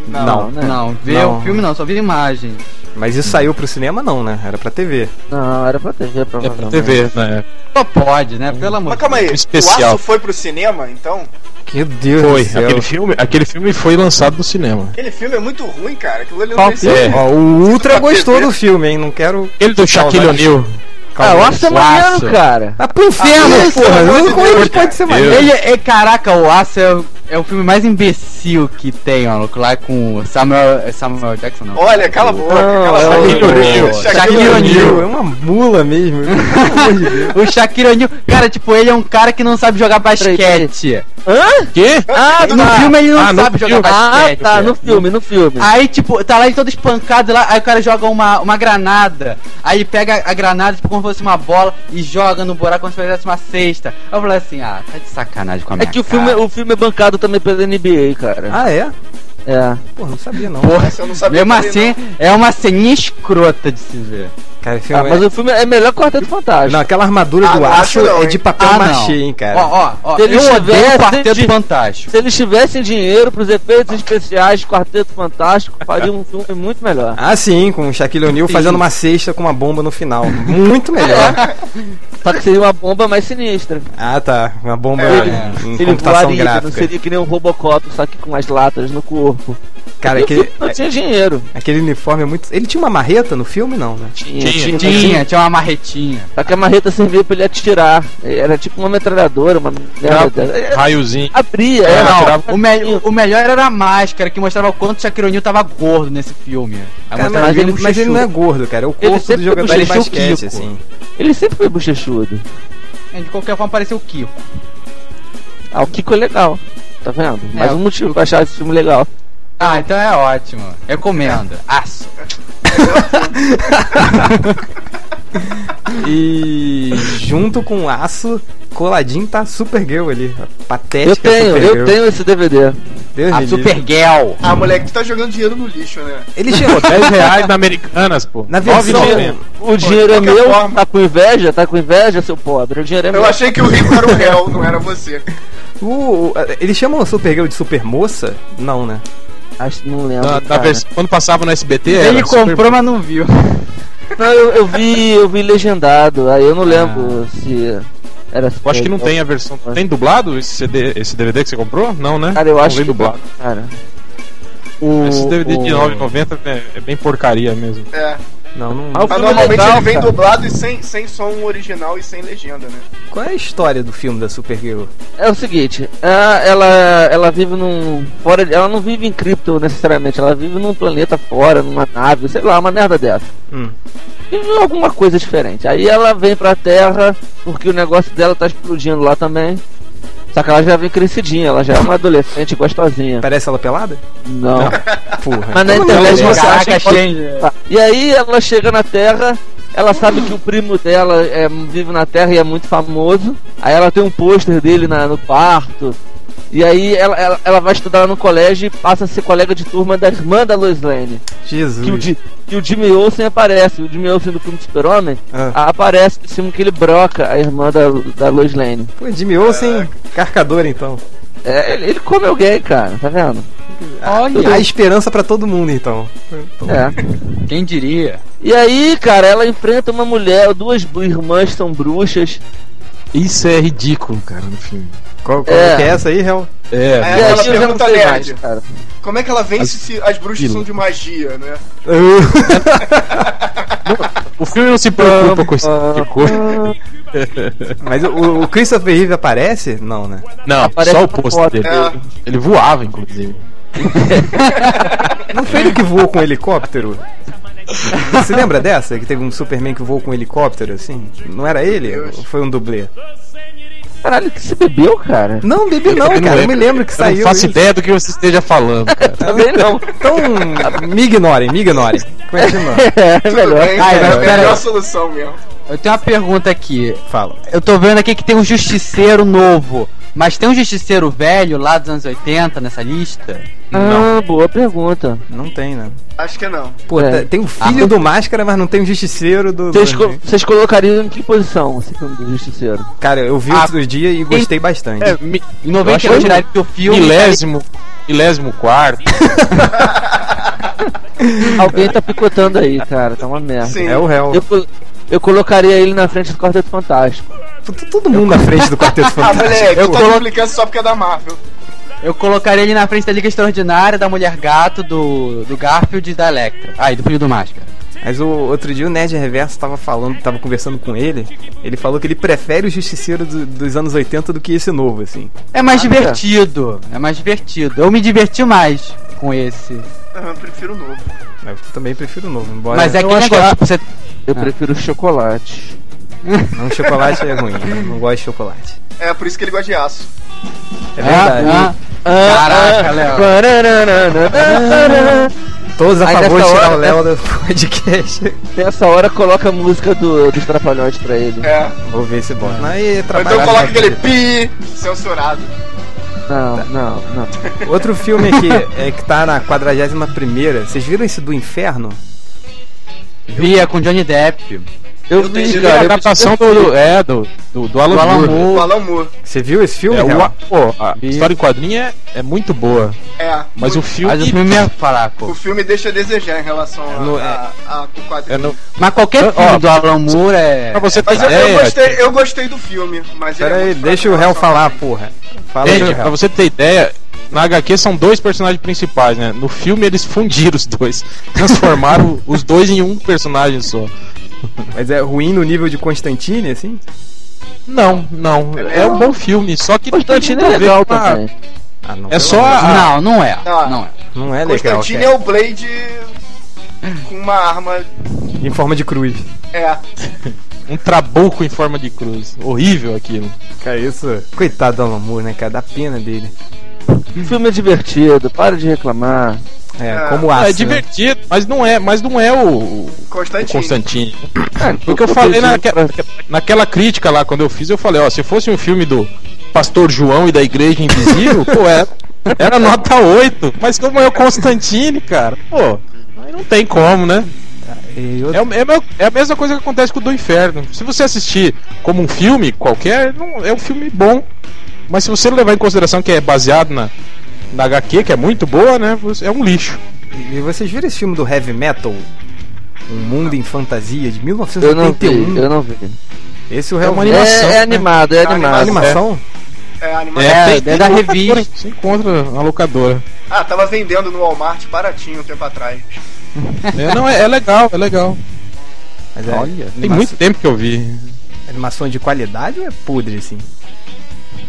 A: Não,
B: né?
C: Não, ver
A: Não.
C: o filme não, só vi imagem.
A: Mas isso saiu pro cinema, não, né? Era pra TV.
B: Não, era pra TV,
E: É pra
B: provavelmente.
E: TV, né?
C: Só pode, né? Pelo amor
D: Mas calma aí,
E: Especial.
D: o Aço foi pro cinema, então?
A: Meu Deus
E: Foi.
A: do céu.
E: Aquele filme, aquele filme foi lançado no cinema.
D: Aquele filme é muito ruim, cara. Aquilo ali
A: Qual
D: não tem
A: filme?
E: É.
A: Ó, o Ultra
D: Pra
A: gostou
D: TV.
A: do filme, hein? Não quero.
E: Ele do Shaquille
A: Saudade.
E: O'Neal.
B: Ah, eu acho que é maneiro,
E: Laço.
B: cara.
A: Ah, pro inferno,
D: Ah, isso,
A: porra!
D: pelo amor
A: Não
D: de
A: como é que
D: Deus,
A: pode ser
E: cara.
A: maneiro?
C: Ele é, caraca, o Aço é É o filme mais imbecil que tem, maluco. Lá com o Samuel. é Samuel Jackson, não.
D: Olha, cala a
C: O-
D: boca.
A: Não,
D: cala
A: é
D: a
A: o-
D: boca.
E: Shaquille
C: Shaquille O'Neal.
A: É uma mula
E: (laughs)
A: mesmo.
C: O Shaquille O'Neal, cara, tipo, ele é um cara que não sabe jogar
B: Peraí, peraí.
C: basquete.
B: Hã?
E: Quê?
B: Ah,
C: No
B: tá.
C: filme ele não
E: Ah, no
C: sabe jogar
E: filme.
B: Ah,
C: basquete. né?
B: tá, no filme, no filme.
C: Aí, tipo, tá lá ele todo espancado lá, aí o cara joga uma, uma granada. Aí ele pega a granada, tipo, como se fosse uma bola e joga no buraco como se fosse uma cesta. Aí eu falei assim, ah, tá de sacanagem com a
B: É
C: minha
B: que o
C: cara.
B: filme, o filme é bancado também pela NBA, cara.
A: Ah, é?
B: É.
A: Pô, não sabia não.
C: Porra,
D: Essa eu não sabia
C: mesmo
D: também,
C: assim, é uma ceninha escrota de se ver.
A: Cara, esse
E: Então
B: Ah,
A: filme
B: mas
A: é...
B: o filme é melhor que o Quarteto
A: Não,
B: Fantástico.
A: aquela armadura do
D: Ah,
A: aço
D: acho não,
A: é de
D: hein?
A: papel
C: Ah, não.
A: machê, hein, cara.
C: Ó, ó, ó,
B: Se ele
C: eu um odeio
B: tivesse
C: o Quarteto
B: de-
C: Fantástico.
B: Se eles tivessem dinheiro pros efeitos especiais, Quarteto Fantástico, faria um filme muito melhor.
A: Ah, sim, com o Shaquille O'Neal fazendo uma cesta com uma bomba no final. Muito melhor.
B: Só que seria uma bomba mais sinistra.
A: Ah, tá. Uma bomba
B: Ele-
A: em
B: Ele
A: computação
B: voaria, não
A: gráfica.
B: seria que nem um Robocop, só que com as latas no corpo.
A: Cara,
B: E o
A: aquele,
B: filme não tinha dinheiro.
A: aquele uniforme é muito... Ele tinha uma marreta no filme, não, né?
B: Tinha,
E: Tinha,
C: Tinha, tinha uma marretinha.
B: Só que a marreta servia pra ele atirar. Era tipo uma metralhadora, uma merda. É,
E: Raiozinho.
B: Abria,
E: É,
B: era. uma-
E: não.
C: O, me- o melhor era a máscara, que mostrava o quanto o Shaquille O'Neal tava gordo nesse filme. Aí
A: Cara,
C: mostrava
A: mas, ele,
C: um
A: mas ele
C: chuchu.
A: não é gordo, cara. É o corpo do
B: sempre
A: jogador de
B: parecia
C: o
A: basquete,
C: Kiko.
A: assim.
B: Ele sempre foi bochechudo.
C: É, De qualquer forma, parecia o Kiko.
B: Ah, o Kiko é legal. Tá vendo? Mais
C: É,
B: um motivo pra achar esse filme legal.
C: Ah, então é ótimo. Recomendo. Aço.
A: E junto com o aço, coladinho tá a Supergirl ali. A Patética
B: Eu tenho, eu
A: Supergirl.
B: tenho esse DVD.
A: Deus me
C: A
A: livre.
C: Supergirl.
D: Ah, moleque, tu tá jogando dinheiro no lixo, né?
A: Ele chegou
E: 10 reais na Americanas, pô.
A: Na
E: Nove
A: versão-
E: e meia.
B: O dinheiro é
D: qualquer
B: meu,
D: forma.
B: tá com inveja? Tá com inveja, seu pobre? O dinheiro é meu.
D: Eu achei que o rico era o réu, não era você.
A: O, o- eles chamam a Supergirl de Supermoça? Não, né?
B: Acho- não lembro.
E: Na- na
B: cara.
E: versão- Quando passava no SBT,
C: Ele
E: era super-
C: comprou, mas não viu.
B: Não, eu, eu vi, eu vi legendado, aí eu não lembro se era
E: Eu acho que não tem a versão. Tem dublado esse, CD, esse DVD que você comprou? Não, né?
B: Cara, eu acho
E: não vem
B: que
E: dublado.
B: Cara,
C: O,
E: Esse DVD de
C: o-
E: 9,90 é, é bem porcaria mesmo.
D: É.
A: Não, não.
B: Ah, o
D: Mas
B: filme é
D: normalmente
B: legal,
D: ele vem
B: cara.
D: dublado e sem, sem som original e sem legenda, né?
A: Qual é a história do filme da Supergirl?
B: É o seguinte, a- ela, ela vive num. fora de- Ela não vive em cripto necessariamente, ela vive num planeta fora, numa nave, sei lá, uma merda dessa.
A: Hum.
B: Vive em alguma coisa diferente. Aí ela vem pra Terra, porque o negócio dela tá explodindo lá também. Só que ela já vem crescidinha, ela já é uma adolescente gostosinha.
A: Parece ela pelada?
B: Não.
A: Porra.
B: Mas na internet você acha
C: Caraca,
B: que pode
C: Change.
B: Tá. E aí ela chega na Terra, ela sabe que o primo dela é, vive na Terra e é muito famoso. Aí ela tem um pôster dele na- no quarto. E aí ela, ela, ela vai estudar no colégio e passa a ser colega de turma da irmã da Lois Lane. Que o,
A: Jesus.
B: Di- que o Jimmy Olsen aparece. O Jimmy Olsen do filme do Super-Homem
A: Ah.
B: a- aparece em cima que ele broca a irmã da, da Lois Lane.
A: Pô, Jimmy Olsen, carcador então.
B: É, ele, ele come alguém, cara, tá vendo?
A: Há
C: Olha,
A: esperança pra todo mundo então.
B: É.
C: quem diria?
B: E aí, cara, ela enfrenta uma mulher, duas bu- irmãs são bruxas.
E: Isso é ridículo, cara, no filme.
A: Qual, qual
B: É.
A: que é essa aí, Hel? (laughs)
E: É.
D: É,
B: e aí
D: aquela
B: eu já não
D: pergunta
B: sei mais,
D: nerd.
B: cara.
D: Como é que ela vence
E: As-
D: se as bruxas
E: Vila.
D: são de magia, né?
E: O filme não se preocupa com esse tipo de coisa.
A: Mas o, o Christopher Reeve aparece? Não, né?
E: (laughs) Não,
B: Aparece
E: só
B: uma
E: o pôster
B: foto.
E: dele.
D: É.
E: Ele voava, inclusive.
A: Não foi ele que voou com um helicóptero? Você lembra dessa? Que teve um Superman que voou com um helicóptero, assim? Não era ele? Ou Foi um dublê?
B: Caralho, que se bebeu, cara?
A: Não, bebê não,
E: Eu
A: cara. Eu me lembro que
E: Eu
A: saiu.
E: Não faço
A: isso.
E: ideia do que você esteja falando, (laughs) cara.
B: Também
A: (laughs)
B: não.
A: Então, me ignorem, me ignorem. Continua.
B: É,
D: Tudo
B: melhor.
D: bem,
C: Ah,
D: cara,
C: mas
D: é a
C: pera
D: melhor
C: aí.
D: solução mesmo.
C: Eu tenho uma pergunta aqui.
A: Fala.
C: Eu tô vendo aqui que tem um justiceiro novo, mas tem um justiceiro velho lá dos anos 80 nessa lista?
B: Ah, boa pergunta.
A: Não tem, né?
D: Acho que não.
A: Pô,
B: É.
A: tá- tem o filho do Máscara, mas não tem o Justiceiro do...
B: Vocês
A: do-
B: co- vocês colocariam em que posição esse filme do Justiceiro?
A: Cara, eu vi
C: Ah,
A: outro dia e gostei bastante.
E: É, mi-
C: Em
E: Eu
C: 90
E: acho
C: anos
E: que-
C: tiraram do filme.
E: milésimo, milésimo quarto.
B: Alguém tá picotando aí, cara, tá uma merda.
D: Sim.
A: É o réu.
B: Eu, col- eu colocaria ele na frente do Quarteto Fantástico.
A: T- Todo mundo na frente do Quarteto
D: Ah,
A: Fantástico.
D: moleque,
C: Eu
D: tu tá
C: colo-
D: duplicando só porque é da Marvel.
C: Eu colocaria ele na frente da Liga Extraordinária, da Mulher Gato, do, do Garfield e da Electra. Ah, e do filho do Máscara.
A: Mas o outro dia o Nerd Reverso tava falando, tava conversando com ele. Ele falou que ele prefere o Justiceiro do- dos anos 80 do que esse novo, assim.
C: É mais
B: Ah,
C: divertido. É mais divertido. Eu me diverti mais com esse.
D: Ah, eu prefiro o novo.
A: Mas eu também prefiro o novo, embora.
C: Mas é
A: que
C: aquele
E: acho que
C: negócio, tipo, você
B: Eu
C: Ah.
B: prefiro chocolate.
A: Não, chocolate é ruim. Eu não gosto de chocolate.
D: É, por isso que ele gosta de aço.
A: É verdade.
C: Ah, Caraca, Léo.
B: Léo.
A: Todos a
B: Aí
A: favor de
B: nessa
A: tirar
B: hora,
A: o Léo do (laughs) podcast.
B: Nessa hora coloca a música do, dos Trapalhões pra ele.
D: É.
A: Vou ver se bota. Aí,
D: Ou
A: trabalhar
D: então coloca
A: na
D: aquele
A: vida.
D: pi censurado.
B: Não, não, não.
A: (laughs) Outro filme aqui é que tá na 41 primeira. Vocês viram esse do inferno?
C: via com Johnny Depp.
B: Eu,
D: Eu
B: vi,
D: entendi,
E: É a
B: cara. eu
E: adaptação do, do- é, do, do, do Alan
C: Do Alan
E: Moore.
C: Moore.
D: O Alan Moore.
A: Você viu esse filme?
E: É, o,
A: Real?
E: a- pô, a história em quadrinho é, é muito boa,
D: É.
E: mas o filme...
C: Mas o filme é fraco.
D: O filme deixa a desejar em relação a,
A: No- é.
D: a, a, o quadrinho.
E: é no-
C: Mas qualquer
E: Ó,
C: filme do Alan Moore é.
E: pra você ter
D: Mas eu, eu
E: ideia,
D: gostei, eu gostei do filme, mas ele
A: Pera
D: é
A: aí,
D: muito fraco
A: deixa
D: em
A: o réu
D: relação-
A: falar, porra. Fala aí,
E: Gente, é pra
A: réu.
E: você ter ideia, na HQ são dois personagens principais, né? No filme eles fundiram os dois. (laughs) Transformaram os dois em um personagem só.
A: Mas é ruim no nível de Constantine, assim?
E: Não, não. É, um bom filme, só que
B: Constantino é
E: não tem nada a
B: legal
E: ver com a-
B: também.
A: Ah, não.
E: É só a.
C: Não, não é.
D: Não.
C: Não é.
A: Não
E: né,
A: é legal.
D: Constantine é o Blade com uma arma.
A: cara. Em forma de cruz.
D: É.
E: um trabuco em forma de cruz. Horrível aquilo.
A: Cara, isso. Coitado do Alan Moore, né, cara? Dá pena dele.
B: O filme é divertido, para de reclamar.
A: É,
D: É,
A: como aço.
E: é
A: né?
E: divertido, mas não é, mas não é o, o
D: Constantine.
E: Constantine.
B: Ah,
E: Porque eu falei
B: pedindo
E: naquela,
B: pra-
E: naquela crítica lá quando eu fiz, eu falei, ó, se fosse um filme do Pastor João e da Igreja Invisível, pô, era, era nota 8. Mas como é o Constantine, cara, pô, aí não tem como, né?
A: E
E: É,
A: outro-
E: o- é o meu- é a mesma coisa que acontece com o do Inferno. Se você assistir como um filme qualquer, não- é um filme bom. Mas se você levar em consideração que é baseado na, na HQ, que é muito boa, né? É um lixo.
A: E vocês viram esse filme do Heavy Metal? Um Mundo em Fantasia, de
B: Eu não vi,
A: 1981.
B: eu não vi.
A: Esse o réu
E: um. É uma
A: Moore-
B: é,
E: Animação,
B: é
E: né?
B: animado, é
D: Ah,
A: É uma
B: animado.
A: animação?
D: É, anima...
C: É, é da
E: na
C: revista.
E: locadora, Você encontra na locadora.
D: Ah, tava vendendo no Walmart baratinho um tempo atrás.
E: É, não, é, é legal, é legal.
A: Mas é,
E: Tem
A: anima-
E: muito tempo que eu vi.
A: Animação de qualidade ou é podre, assim?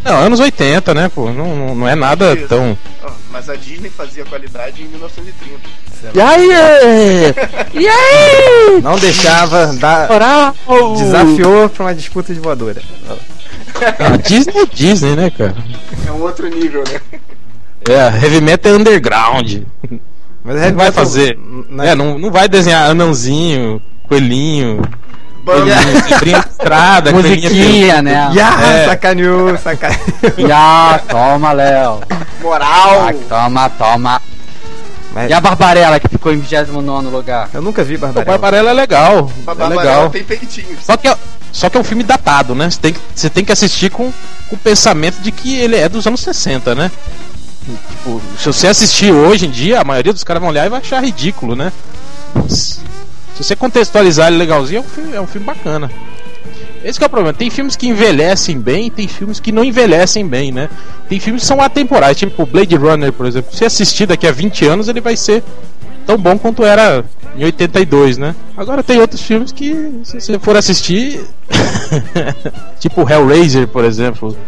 E: Não, anos 80, né, pô? Não, não, não é nada
D: Isso.
E: tão.
D: Ah, mas a Disney fazia qualidade em 1930.
B: E aí? E aí?
A: Não deixava, dá-
B: Moral!
A: desafiou pra uma disputa de voadora.
E: Ah, Disney é Disney, né, cara?
D: É um outro nível, né?
E: É, heavy metal é underground.
A: Mas o Heavy
E: Não vai
A: Metal-
E: fazer.
A: na-
D: Né?
E: É, não, não vai desenhar anãozinho, coelhinho,
D: Bando.
E: Sobrinha
C: (laughs)
E: estrada,
C: Musiquinha, né?
A: (laughs) Ya,
E: É.
A: sacaneou, sacaneou.
C: Já, toma, Léo.
E: é.
D: Moral.
C: Ah,
E: tá.
C: toma, toma.
A: Mas
C: E a Barbarella que ficou em 29 lugar?
A: eu nunca vi
E: O
A: Barbarella.
E: Barbarella é legal.
D: A
E: É
D: Barbarella
E: legal.
D: tem peitinhos.
E: Só que, é- só que é um filme datado, né? Você tem que, você tem que assistir com, com o pensamento de que ele é dos anos 60, né? Tipo, se você assistir hoje em dia, a maioria dos caras vão olhar e vai achar ridículo, né? Se você contextualizar ele legalzinho, é um filme, é um filme bacana. Esse que é o problema. Tem filmes que envelhecem bem, tem filmes que não envelhecem bem, né? Tem filmes que são atemporais, tipo Blade Runner, por exemplo. Se assistir daqui a 20 anos, ele vai ser tão bom quanto era em 82, né? Agora tem outros filmes que, se você for assistir, (laughs) tipo Hellraiser, por exemplo.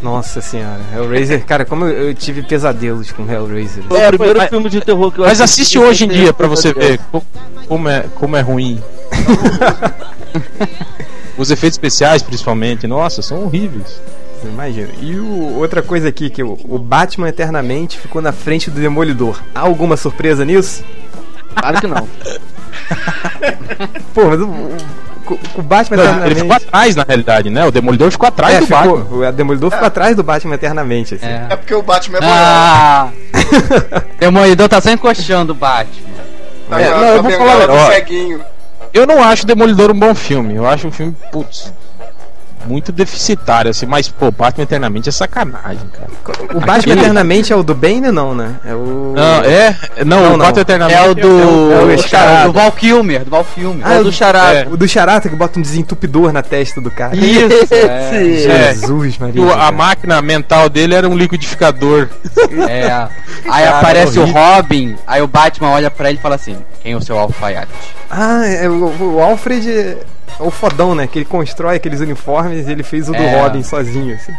A: Nossa senhora, Hellraiser, cara, como eu eu tive pesadelos com Hellraiser.
B: Foi É o primeiro
E: mas-
B: filme de terror que eu
E: Mas assiste
B: assisti,
E: hoje em dia pra
B: eu
E: você
B: tenho
E: ver co- como é, como
A: (laughs)
E: é ruim. Os efeitos especiais, principalmente, nossa, são horríveis.
A: Você Imagina. E o- outra coisa aqui, que o, o Batman Eternamente ficou na frente do Demolidor. Há alguma surpresa nisso?
B: Claro que não.
A: Pô, mas o, o- co- o Batman
E: Não, ele
A: Eternamente...
E: ficou atrás, na realidade, né? O Demolidor ficou atrás
A: É,
E: do
A: ficou-
E: Batman. É.
A: o Demolidor ficou atrás do Batman Eternamente, assim.
D: É porque o Batman é moral.
C: Ah! Demolidor tá só encoxando o Batman.
D: Tá
E: é,
D: com a-
E: não,
D: com a
E: eu vou
D: bengala
E: falar,
D: do
E: ó.
D: ceguinho.
E: Eu não acho Demolidor um bom filme. Eu acho um filme, putz, muito deficitário, assim, mas, pô, Batman eternamente é sacanagem, cara.
A: O Batman
E: Aquele-
A: Eternamente é o do Bane, não, né? É o.
E: Não, é. Não,
A: Não,
E: o
A: não.
E: Batman eternamente
C: É o do.
A: é o
C: do cara,
A: Escarado.
C: do Val Kilmer, do Val Kilmer.
A: Ah,
B: é do Charada.
E: é.
A: O do Charata que bota um desentupidor na testa do cara.
C: Isso,
B: Esse.
E: é.
A: Jesus, Maria.
E: O- a
A: cara.
E: máquina mental dele era um liquidificador.
C: É. Aí
E: Cara,
C: aparece o
E: horrível.
C: Robin, aí o Batman olha pra ele e fala assim: Quem é o seu alfaiate?
A: Ah, é, o, o Alfred é o fodão, né? Que ele constrói aqueles uniformes e ele fez o do
C: É.
A: Robin sozinho, assim.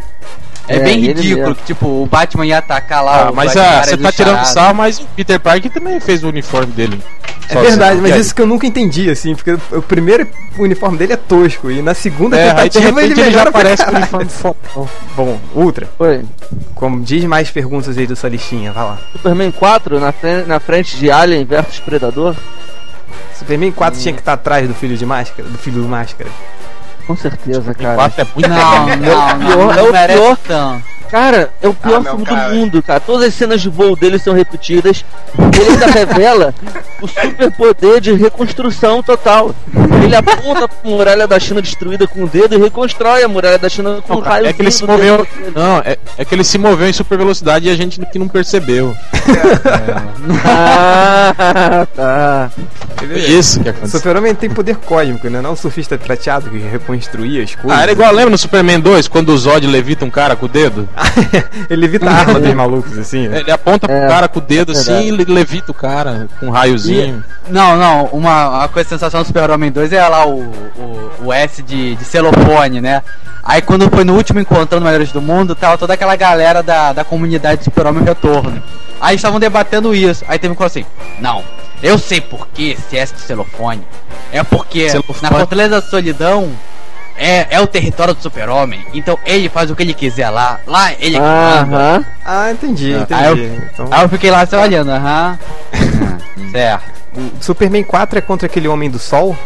C: É,
B: É,
C: bem
B: ele
C: ridículo,
B: mesmo.
C: que, tipo, o Batman ia atacar lá.
E: Ah,
C: o é
E: mas
C: Batman
E: ah,
C: era
E: você
C: do
E: tá tirando
C: charado.
E: sarro, mas o Peter Parker também fez o uniforme dele.
A: É
E: Sozinho.
A: verdade, mas
E: E aí?
A: isso que eu nunca entendi, assim, porque o primeiro uniforme dele é tosco, e na segunda
E: É, aí de
A: tentativa ele
E: repente ele já
A: melhora pra
E: aparece com o
A: caralho.
E: uniforme fodão.
A: Bom, Ultra,
B: Foi.
A: como diz mais perguntas aí da sua listinha, vai lá.
B: Superman 4 na, fre- na frente de Alien versus Predador?
A: Superman 4 tinha que estar atrás do filho de máscara, do filho do máscara.
B: Com certeza,
E: O
B: cara.
E: Batman é muito
C: Não, não, não,
B: pior- é
C: não
B: o
C: merece
B: pior.
C: tanto.
B: Cara, é o pior
D: Ah, não,
B: filme
D: cara.
B: do mundo, cara. Todas as cenas de voo dele são repetidas. Ele ainda revela o superpoder de reconstrução total. Ele aponta a muralha da China destruída com o dedo e reconstrói a muralha da China com
E: Não,
B: o um
E: cara,
B: raio. né?
E: é que ele se
B: vindo
E: moveu.
B: dentro dele.
E: Não, é, é que ele se moveu em super velocidade e a gente que não percebeu. (laughs)
B: Ah, tá.
E: Foi isso que aconteceu.
A: Super-Homem tem poder cósmico, né? Não é o surfista prateado que reconstruía as coisas.
E: Ah, era igual, lembra no Superman 2, quando o Zod levita um cara com o dedo?
A: (laughs) Ele evita a arma dos malucos, assim, né?
E: Ele aponta pro
B: É,
E: cara com o dedo assim
B: verdade.
E: e ele levita o cara com um raiozinho.
C: Não, não, uma, uma coisa sensacional do Super-Homem 2 é lá o, o, o S de, de celofone, né? Aí quando foi no último encontrando Melhores do Mundo, tava toda aquela galera da, da comunidade Super-Homem Retorno. Aí estavam debatendo isso. Aí teve um cara assim, não, eu sei por que esse S de celofone. É porque
E: Celofone.
C: na Fortaleza da Solidão é, é o território do Super-Homem. Então ele faz o que ele quiser lá. Lá ele é que manda.
B: Aham.
A: Ah, entendi,
C: Ah,
A: entendi.
C: aí eu-
A: Então,
C: Aí eu fiquei lá assim, olhando, aham. certo.
A: o Superman 4 é contra aquele homem do sol?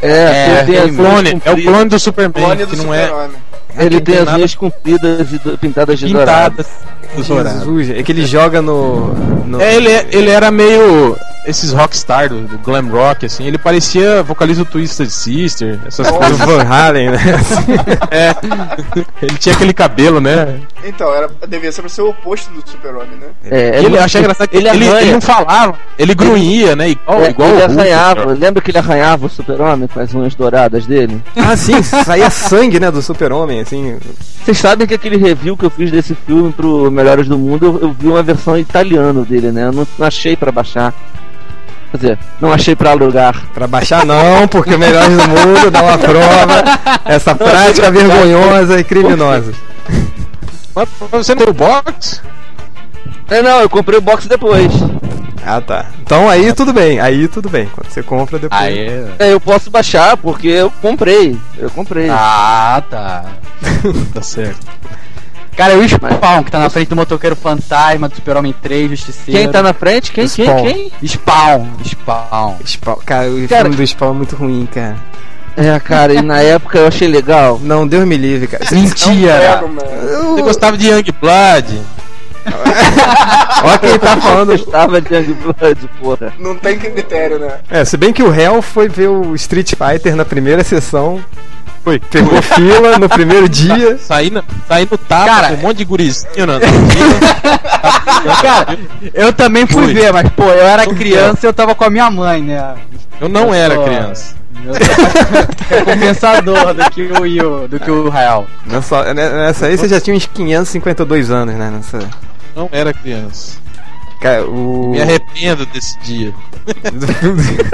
B: É,
C: É,
B: ele tem
E: É
B: as
E: o
B: unhas
E: clone, é o
B: compridas.
E: clone do Superman,
D: Clone do
E: que não é
D: super-homem.
B: Ele
E: não tem
B: tem as
E: nada-
B: unhas compridas e do- pintadas de dourado.
E: pintado. dourado.
A: Jesus, é que ele joga no. no-
E: É, ele, ele era meio. Esses rockstar do, do glam rock, assim, ele parecia vocalista do Twisted Sister, essas
A: do
B: (laughs)
E: coisas.
A: Van Halen, né?
E: É. Ele tinha aquele cabelo, né?
D: Então, era, devia ser pra ser o oposto do super-homem, né?
B: É,
E: ele,
B: muito-
E: eu achei engraçado que
B: ele
E: ele, ele,
B: arranha.
E: não falava, ele grunhia, né? Igual,
B: É,
E: igual
B: ele
E: o Hulk,
B: arranhava.
E: cara.
B: Lembra que ele arranhava o super-homem com as unhas douradas dele?
A: ah, sim, saía sangue, né? Do Super-Homem, assim.
B: Vocês sabem que aquele review que eu fiz desse filme pro Melhores do Mundo, eu, eu vi uma versão italiana dele, né? Eu não, não achei pra baixar. Quer dizer, não achei pra alugar.
A: Pra baixar, não, porque o melhor do mundo dá uma prova. Essa prática vergonhosa e criminosa.
E: Mas você não tem o box?
B: É, não, eu comprei o box depois.
A: Ah, tá. Então aí tudo bem, aí tudo bem. Quando você compra depois.
C: Aí.
B: É, eu posso baixar porque eu comprei. Eu comprei.
C: Ah, tá.
E: Tá certo.
C: Cara, é o Spawn que tá na frente do motoqueiro fantasma, do Super-Homem 3, Justiceiro.
B: quem tá na frente? Quem? Quem?
A: Spawn.
B: Quem?
C: Spawn, Spawn.
A: Spawn- cara, o
B: Cara-
A: filme do Spawn é muito ruim, cara.
B: É, cara, e na época eu achei
C: (laughs)
B: legal.
A: Não, Deus me livre, cara.
D: É,
C: Mentira!
D: mano.
A: Eu-
E: Você gostava de Young Blood?
A: Olha quem tá
B: Eu
A: falando.
B: gostava de Young Blood, porra.
D: Não tem critério, né?
A: (laughs) É, se bem que o Hell foi ver o Street Fighter na primeira sessão,
E: Foi.
A: pegou fila no primeiro dia.
E: Saí, na, saí no tapa
C: Cara,
E: com um monte de
B: (laughs)
E: gurizinho, né?
C: Cara, eu também fui
E: Fui.
C: ver, mas pô, eu era criança e eu tava com a minha mãe, né?
E: Eu não era
C: Pô,
E: criança.
C: Eu sou mais compensador do que o Will, do que o Rael.
A: Nessa, né, nessa aí você já tinha uns 552 anos, né? Nessa.
E: Não era criança.
A: Cara, o.
E: Me arrependo desse dia.
A: (laughs)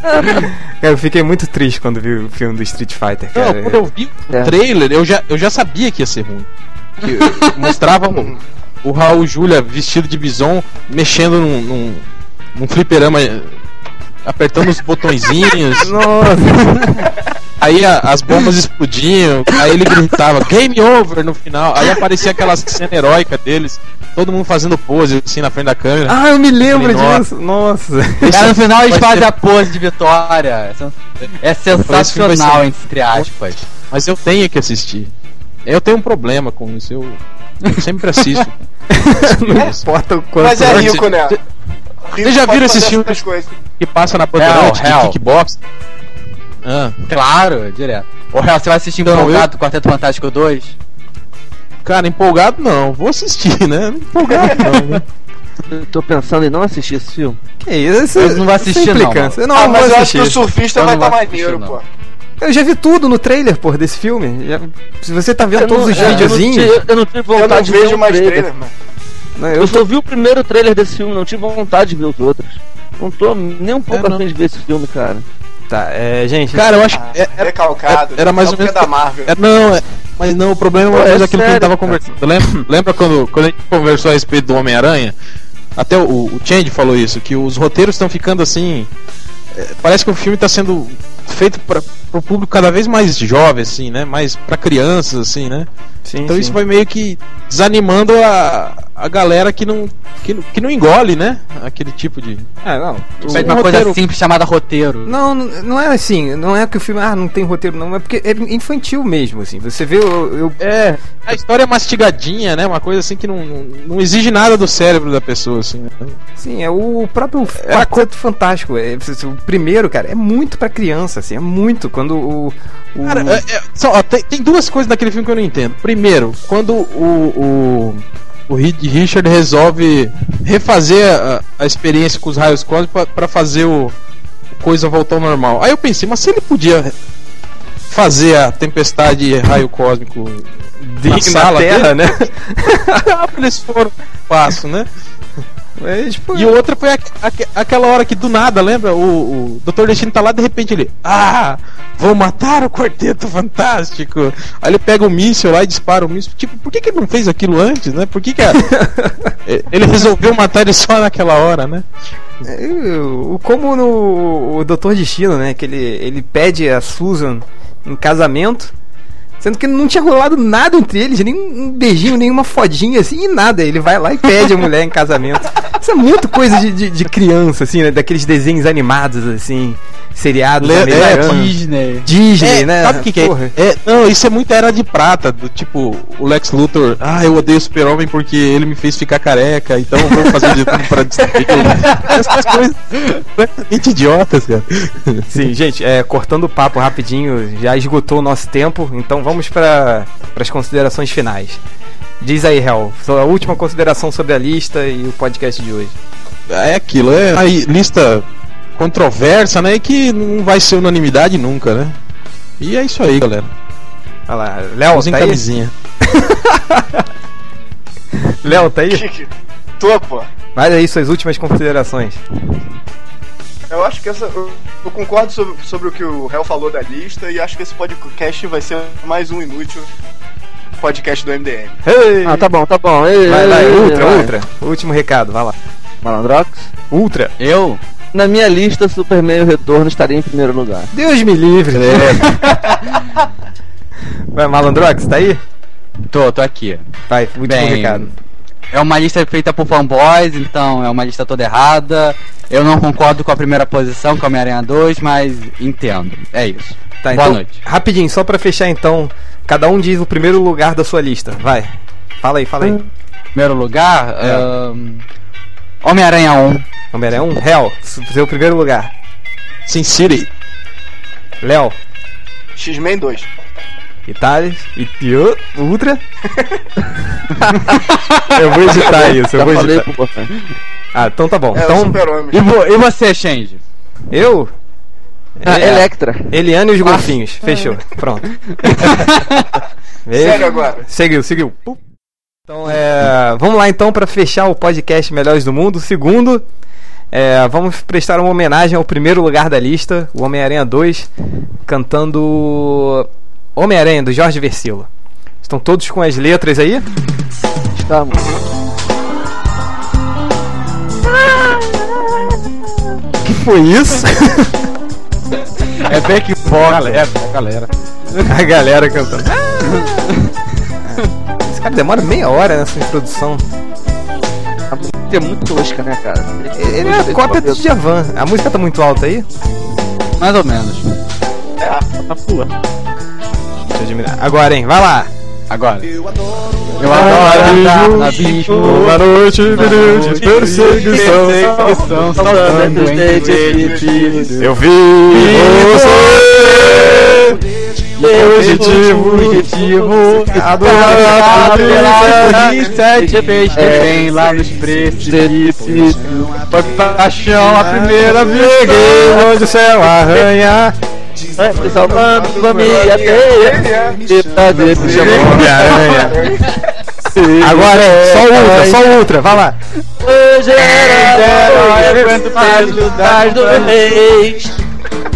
A: cara, eu fiquei muito triste quando vi o filme do Street Fighter,
E: Não,
A: cara.
E: quando eu vi o
B: É.
E: trailer, eu já, eu já sabia que ia ser ruim. Que
C: (laughs)
E: mostrava o, o Raul Júlia vestido de bison, mexendo num, num, num fliperama, eh, apertando os botõezinhos.
C: (laughs)
A: Nossa,
E: Aí a- as bombas explodiam, aí ele gritava Game Over no final. Aí aparecia aquela cena heróica deles, todo mundo fazendo pose assim na frente da câmera.
A: ah, eu me lembro
E: Nossa.
A: disso. Nossa,
C: Ah, Cara, no final eles
E: Vai
C: fazem
E: ser-
C: a pose de vitória. É sensacional, entre aspas.
E: Mas eu tenho que assistir. Eu tenho um problema com isso, eu, eu
B: (laughs)
E: sempre assisto.
A: não importa o quanto.
D: Mas é
E: antes-
D: rico, né? Rico pode
E: já viram
D: fazer
E: esses
D: essas
E: filmes?
D: coisas.
E: que passa na Bandeirante
C: Hell,
E: de
C: Hell.
E: kickbox. Ah,
C: Claro, direto. Ou real, você vai assistir
E: Então,
C: empolgado do Quarteto Fantástico 2?
E: cara, empolgado não. Vou assistir,
B: (laughs)
E: né? Empolgado não. né?
B: Eu tô pensando em não assistir esse filme.
A: é Que isso? isso
C: Eu não vou assistir,
A: isso é
C: não,
A: implicância. Eu não,
D: ah,
A: vou
D: mas eu acho
A: assistir.
D: que o surfista
C: Eu
D: vai
C: não
D: tá
C: vou assistir,
D: maneiro,
C: não.
D: pô.
A: Eu já vi tudo no trailer, pô, desse filme. Já- se você tá vendo
B: Eu
A: todos
B: não-
A: os
B: é,
A: videozinhos.
B: Eu não, tive- eu não tive vontade
D: Eu não
B: de ver
D: vejo
B: o
D: mais
B: trailer.
D: trailer, mano.
A: né,
B: Eu
A: eu-
B: só vi o primeiro trailer desse filme, não tive vontade de ver os outros. Não tô nem um pouco
E: É, não.
B: afim de ver esse filme, cara.
A: Tá, é, gente.
E: Cara, eu acho
D: Ah,
E: que. é- é-
D: recalcado.
E: era mais ou
D: recalcado
E: menos-
D: da Marvel. (laughs)
E: é- não, é- mas não, o problema
B: Pô,
E: é,
B: é
E: aquilo que a gente
B: sério, cara.
E: tava conversando. Lembra, lembra quando, quando a gente conversou a respeito do Homem-Aranha? Até o, o Change falou isso, que os roteiros estão ficando assim. é, Parece que o filme tá sendo feito para o público cada vez mais jovem, assim, né? Mais para crianças, assim, né?
A: sim,
E: Então
A: sim.
E: isso vai meio que desanimando a, a galera que não, que, não- que não engole, né? Aquele tipo de.
A: Ah, não.
E: Isso
A: O-
E: aí
C: Pede uma
E: roteiro.
C: coisa assim. simples chamada roteiro.
A: Não, n- não é assim. Não é que o filme ah, não tem roteiro, não. É porque é infantil mesmo, assim. Você vê, eu, eu-
E: É, a história é mastigadinha, né? Uma coisa assim que não, não, não exige nada do cérebro da pessoa, assim. né?
A: Sim, é o próprio
E: É a
A: Quarteto Fantástico. É, o primeiro, cara, é muito pra criança, assim. É muito. Quando o. o-
E: Cara, é- é- só, ó, tem, tem duas coisas naquele filme que eu não entendo. Primeiro, quando o, o, o Ri- Richard resolve refazer a, a experiência com os raios cósmicos pra- pra fazer o, o coisa voltar ao normal. Aí eu pensei, mas se ele podia fazer a tempestade e raio cósmico
A: de-
E: na sala
A: Terra, né?
E: (laughs) eles foram pro espaço, né?
A: Mas, pô,
E: E outra foi aque- aque- aquela hora que do nada, lembra? O, o Dr. Destino tá lá de repente ele. Ah! Vou matar o Quarteto Fantástico! Aí ele pega o míssil lá e dispara o míssil. Tipo, por que, que ele não fez aquilo antes, né? Por que, que a- É, ele resolveu matar ele só naquela hora, né?
A: É, o- Como no o Doutor Destino, né? Que ele, ele pede a Susan em casamento. Sendo que não tinha rolado nada entre eles, nem um beijinho, nenhuma fodinha assim, e nada. Ele vai lá e pede a mulher em casamento. Isso é muito coisa de, de, de criança, assim, né? Daqueles desenhos animados, assim, seriados.
E: Le- é,
A: americanos.
C: Disney.
A: Disney,
E: É,
A: né?
E: Sabe o que, que é?
A: Porra.
E: é? Não, isso é muita era de prata. Do tipo, o Lex Luthor, ah, eu odeio o Super-Homem porque ele me fez ficar careca, então eu vou fazer de tudo pra destruir. ele." (laughs) Essas coisas completamente idiotas, cara.
A: Sim, gente, é, cortando o papo rapidinho, já esgotou o nosso tempo, então vamos para as considerações finais. Diz aí, Hel, sua última consideração sobre a lista e o podcast de hoje.
E: É aquilo, é uma lista controversa, né? E que não vai ser unanimidade nunca, né? E é isso aí, galera.
A: Olha lá, Léo,
E: Vamos em
A: tá aí?
E: camisinha.
A: Léo, tá aí?
D: Que- que- Tô, pô.
A: Vai aí suas últimas considerações.
D: Eu acho que essa. Eu, eu concordo sobre, sobre o que o Hel falou da lista e acho que esse podcast vai ser mais um inútil podcast do MDM.
A: Ei!
B: Ah, tá bom, tá bom. Ei,
A: Vai,
B: ei,
A: vai,
B: ei,
A: Ultra,
B: vai.
A: Ultra. Último recado, vai lá.
B: Malandrox.
A: Ultra.
C: Eu?
B: Na minha lista, Superman e o Retorno estaria em primeiro lugar.
A: Deus me livre. É. (laughs) vai, Malandrox, tá aí?
C: Tô, tô aqui.
A: Vai, último
C: Bem,
A: recado.
C: É uma lista feita por fanboys, então é uma lista toda errada. Eu não concordo com a primeira posição, com a Homem-Aranha 2, mas entendo. É isso.
A: Tá,
C: Boa
A: então,
C: noite.
A: Rapidinho, só pra fechar então, cada um diz o primeiro lugar da sua lista. Vai. Fala aí, fala aí.
C: Primeiro lugar,
A: É.
C: ahn, Homem-Aranha 1.
A: Homem-Aranha é 1, Hell, su- seu primeiro lugar.
E: Sin City.
A: Léo,
D: X-Men 2.
A: Itália e e o- Ultra. (laughs) eu vou editar isso, eu
B: Já
A: vou
B: falei
A: editar.
B: pro Botan.
A: Ah, então tá bom.
D: É o
A: então,
D: Super-Homem.
C: E, vo- e você, Change?
A: eu?
B: Ah,
A: É,
B: Electra.
A: Eliane e os golfinhos. Fechou. Pronto.
D: (laughs) Sério agora.
A: Seguiu, seguiu. Pum. Então, é, vamos lá então para fechar o podcast Melhores do Mundo. Segundo, é, vamos prestar uma homenagem ao primeiro lugar da lista, o Homem-Aranha 2, cantando Homem-Aranha do Jorge Versilo. Estão todos com as letras aí?
B: Estamos.
A: Que foi isso?
E: É back fora, é a galera.
A: (laughs) A galera cantando. Ah! Esse cara demora meia hora nessa introdução.
B: A música é muito tosca, né, cara?
A: Ele é a cópia do Javan. A música tá muito alta aí?
C: Mais ou menos.
D: É,
A: Deixa eu diminuir. Agora, hein? Vai lá. Agora.
D: Eu adoro
A: Eu adoro andar no abismo.
E: Uma noite de perseguição.
A: Perseguição, saltando entre repetidos.
E: Eu vi você, meu objetivo,
A: objetivo.
E: adorado pela
A: Sete vezes também lá nos precipícios. Foi paixão
E: Ah,
A: à primeira
E: Peguei
A: vez.
E: onde o céu arranha.
B: Sempre salvando família feia. E fazer pro
A: chamou
B: chamou.
E: Homem-Aranha. Agora é só ultra, só ultra, vai lá.
B: Hoje era
A: Herói,
B: noite,
A: quanto
B: mas
A: peso
B: do das do
A: das
B: mês.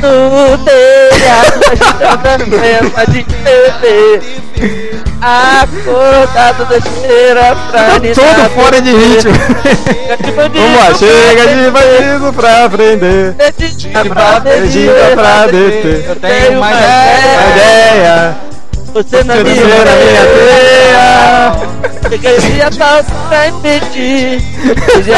B: No telhado, a estrada mesma de TV. Acordado da esteira pra
E: Todo fora de ritmo. Vamos lá, chega de bandido pra aprender. Bandida pra descer.
A: Eu tenho mais
E: Uma
C: É.
A: ideia.
E: ideia,
B: Você não me
E: terceira minha
B: vê. Chega
E: teia.
B: de atalho pra impedir.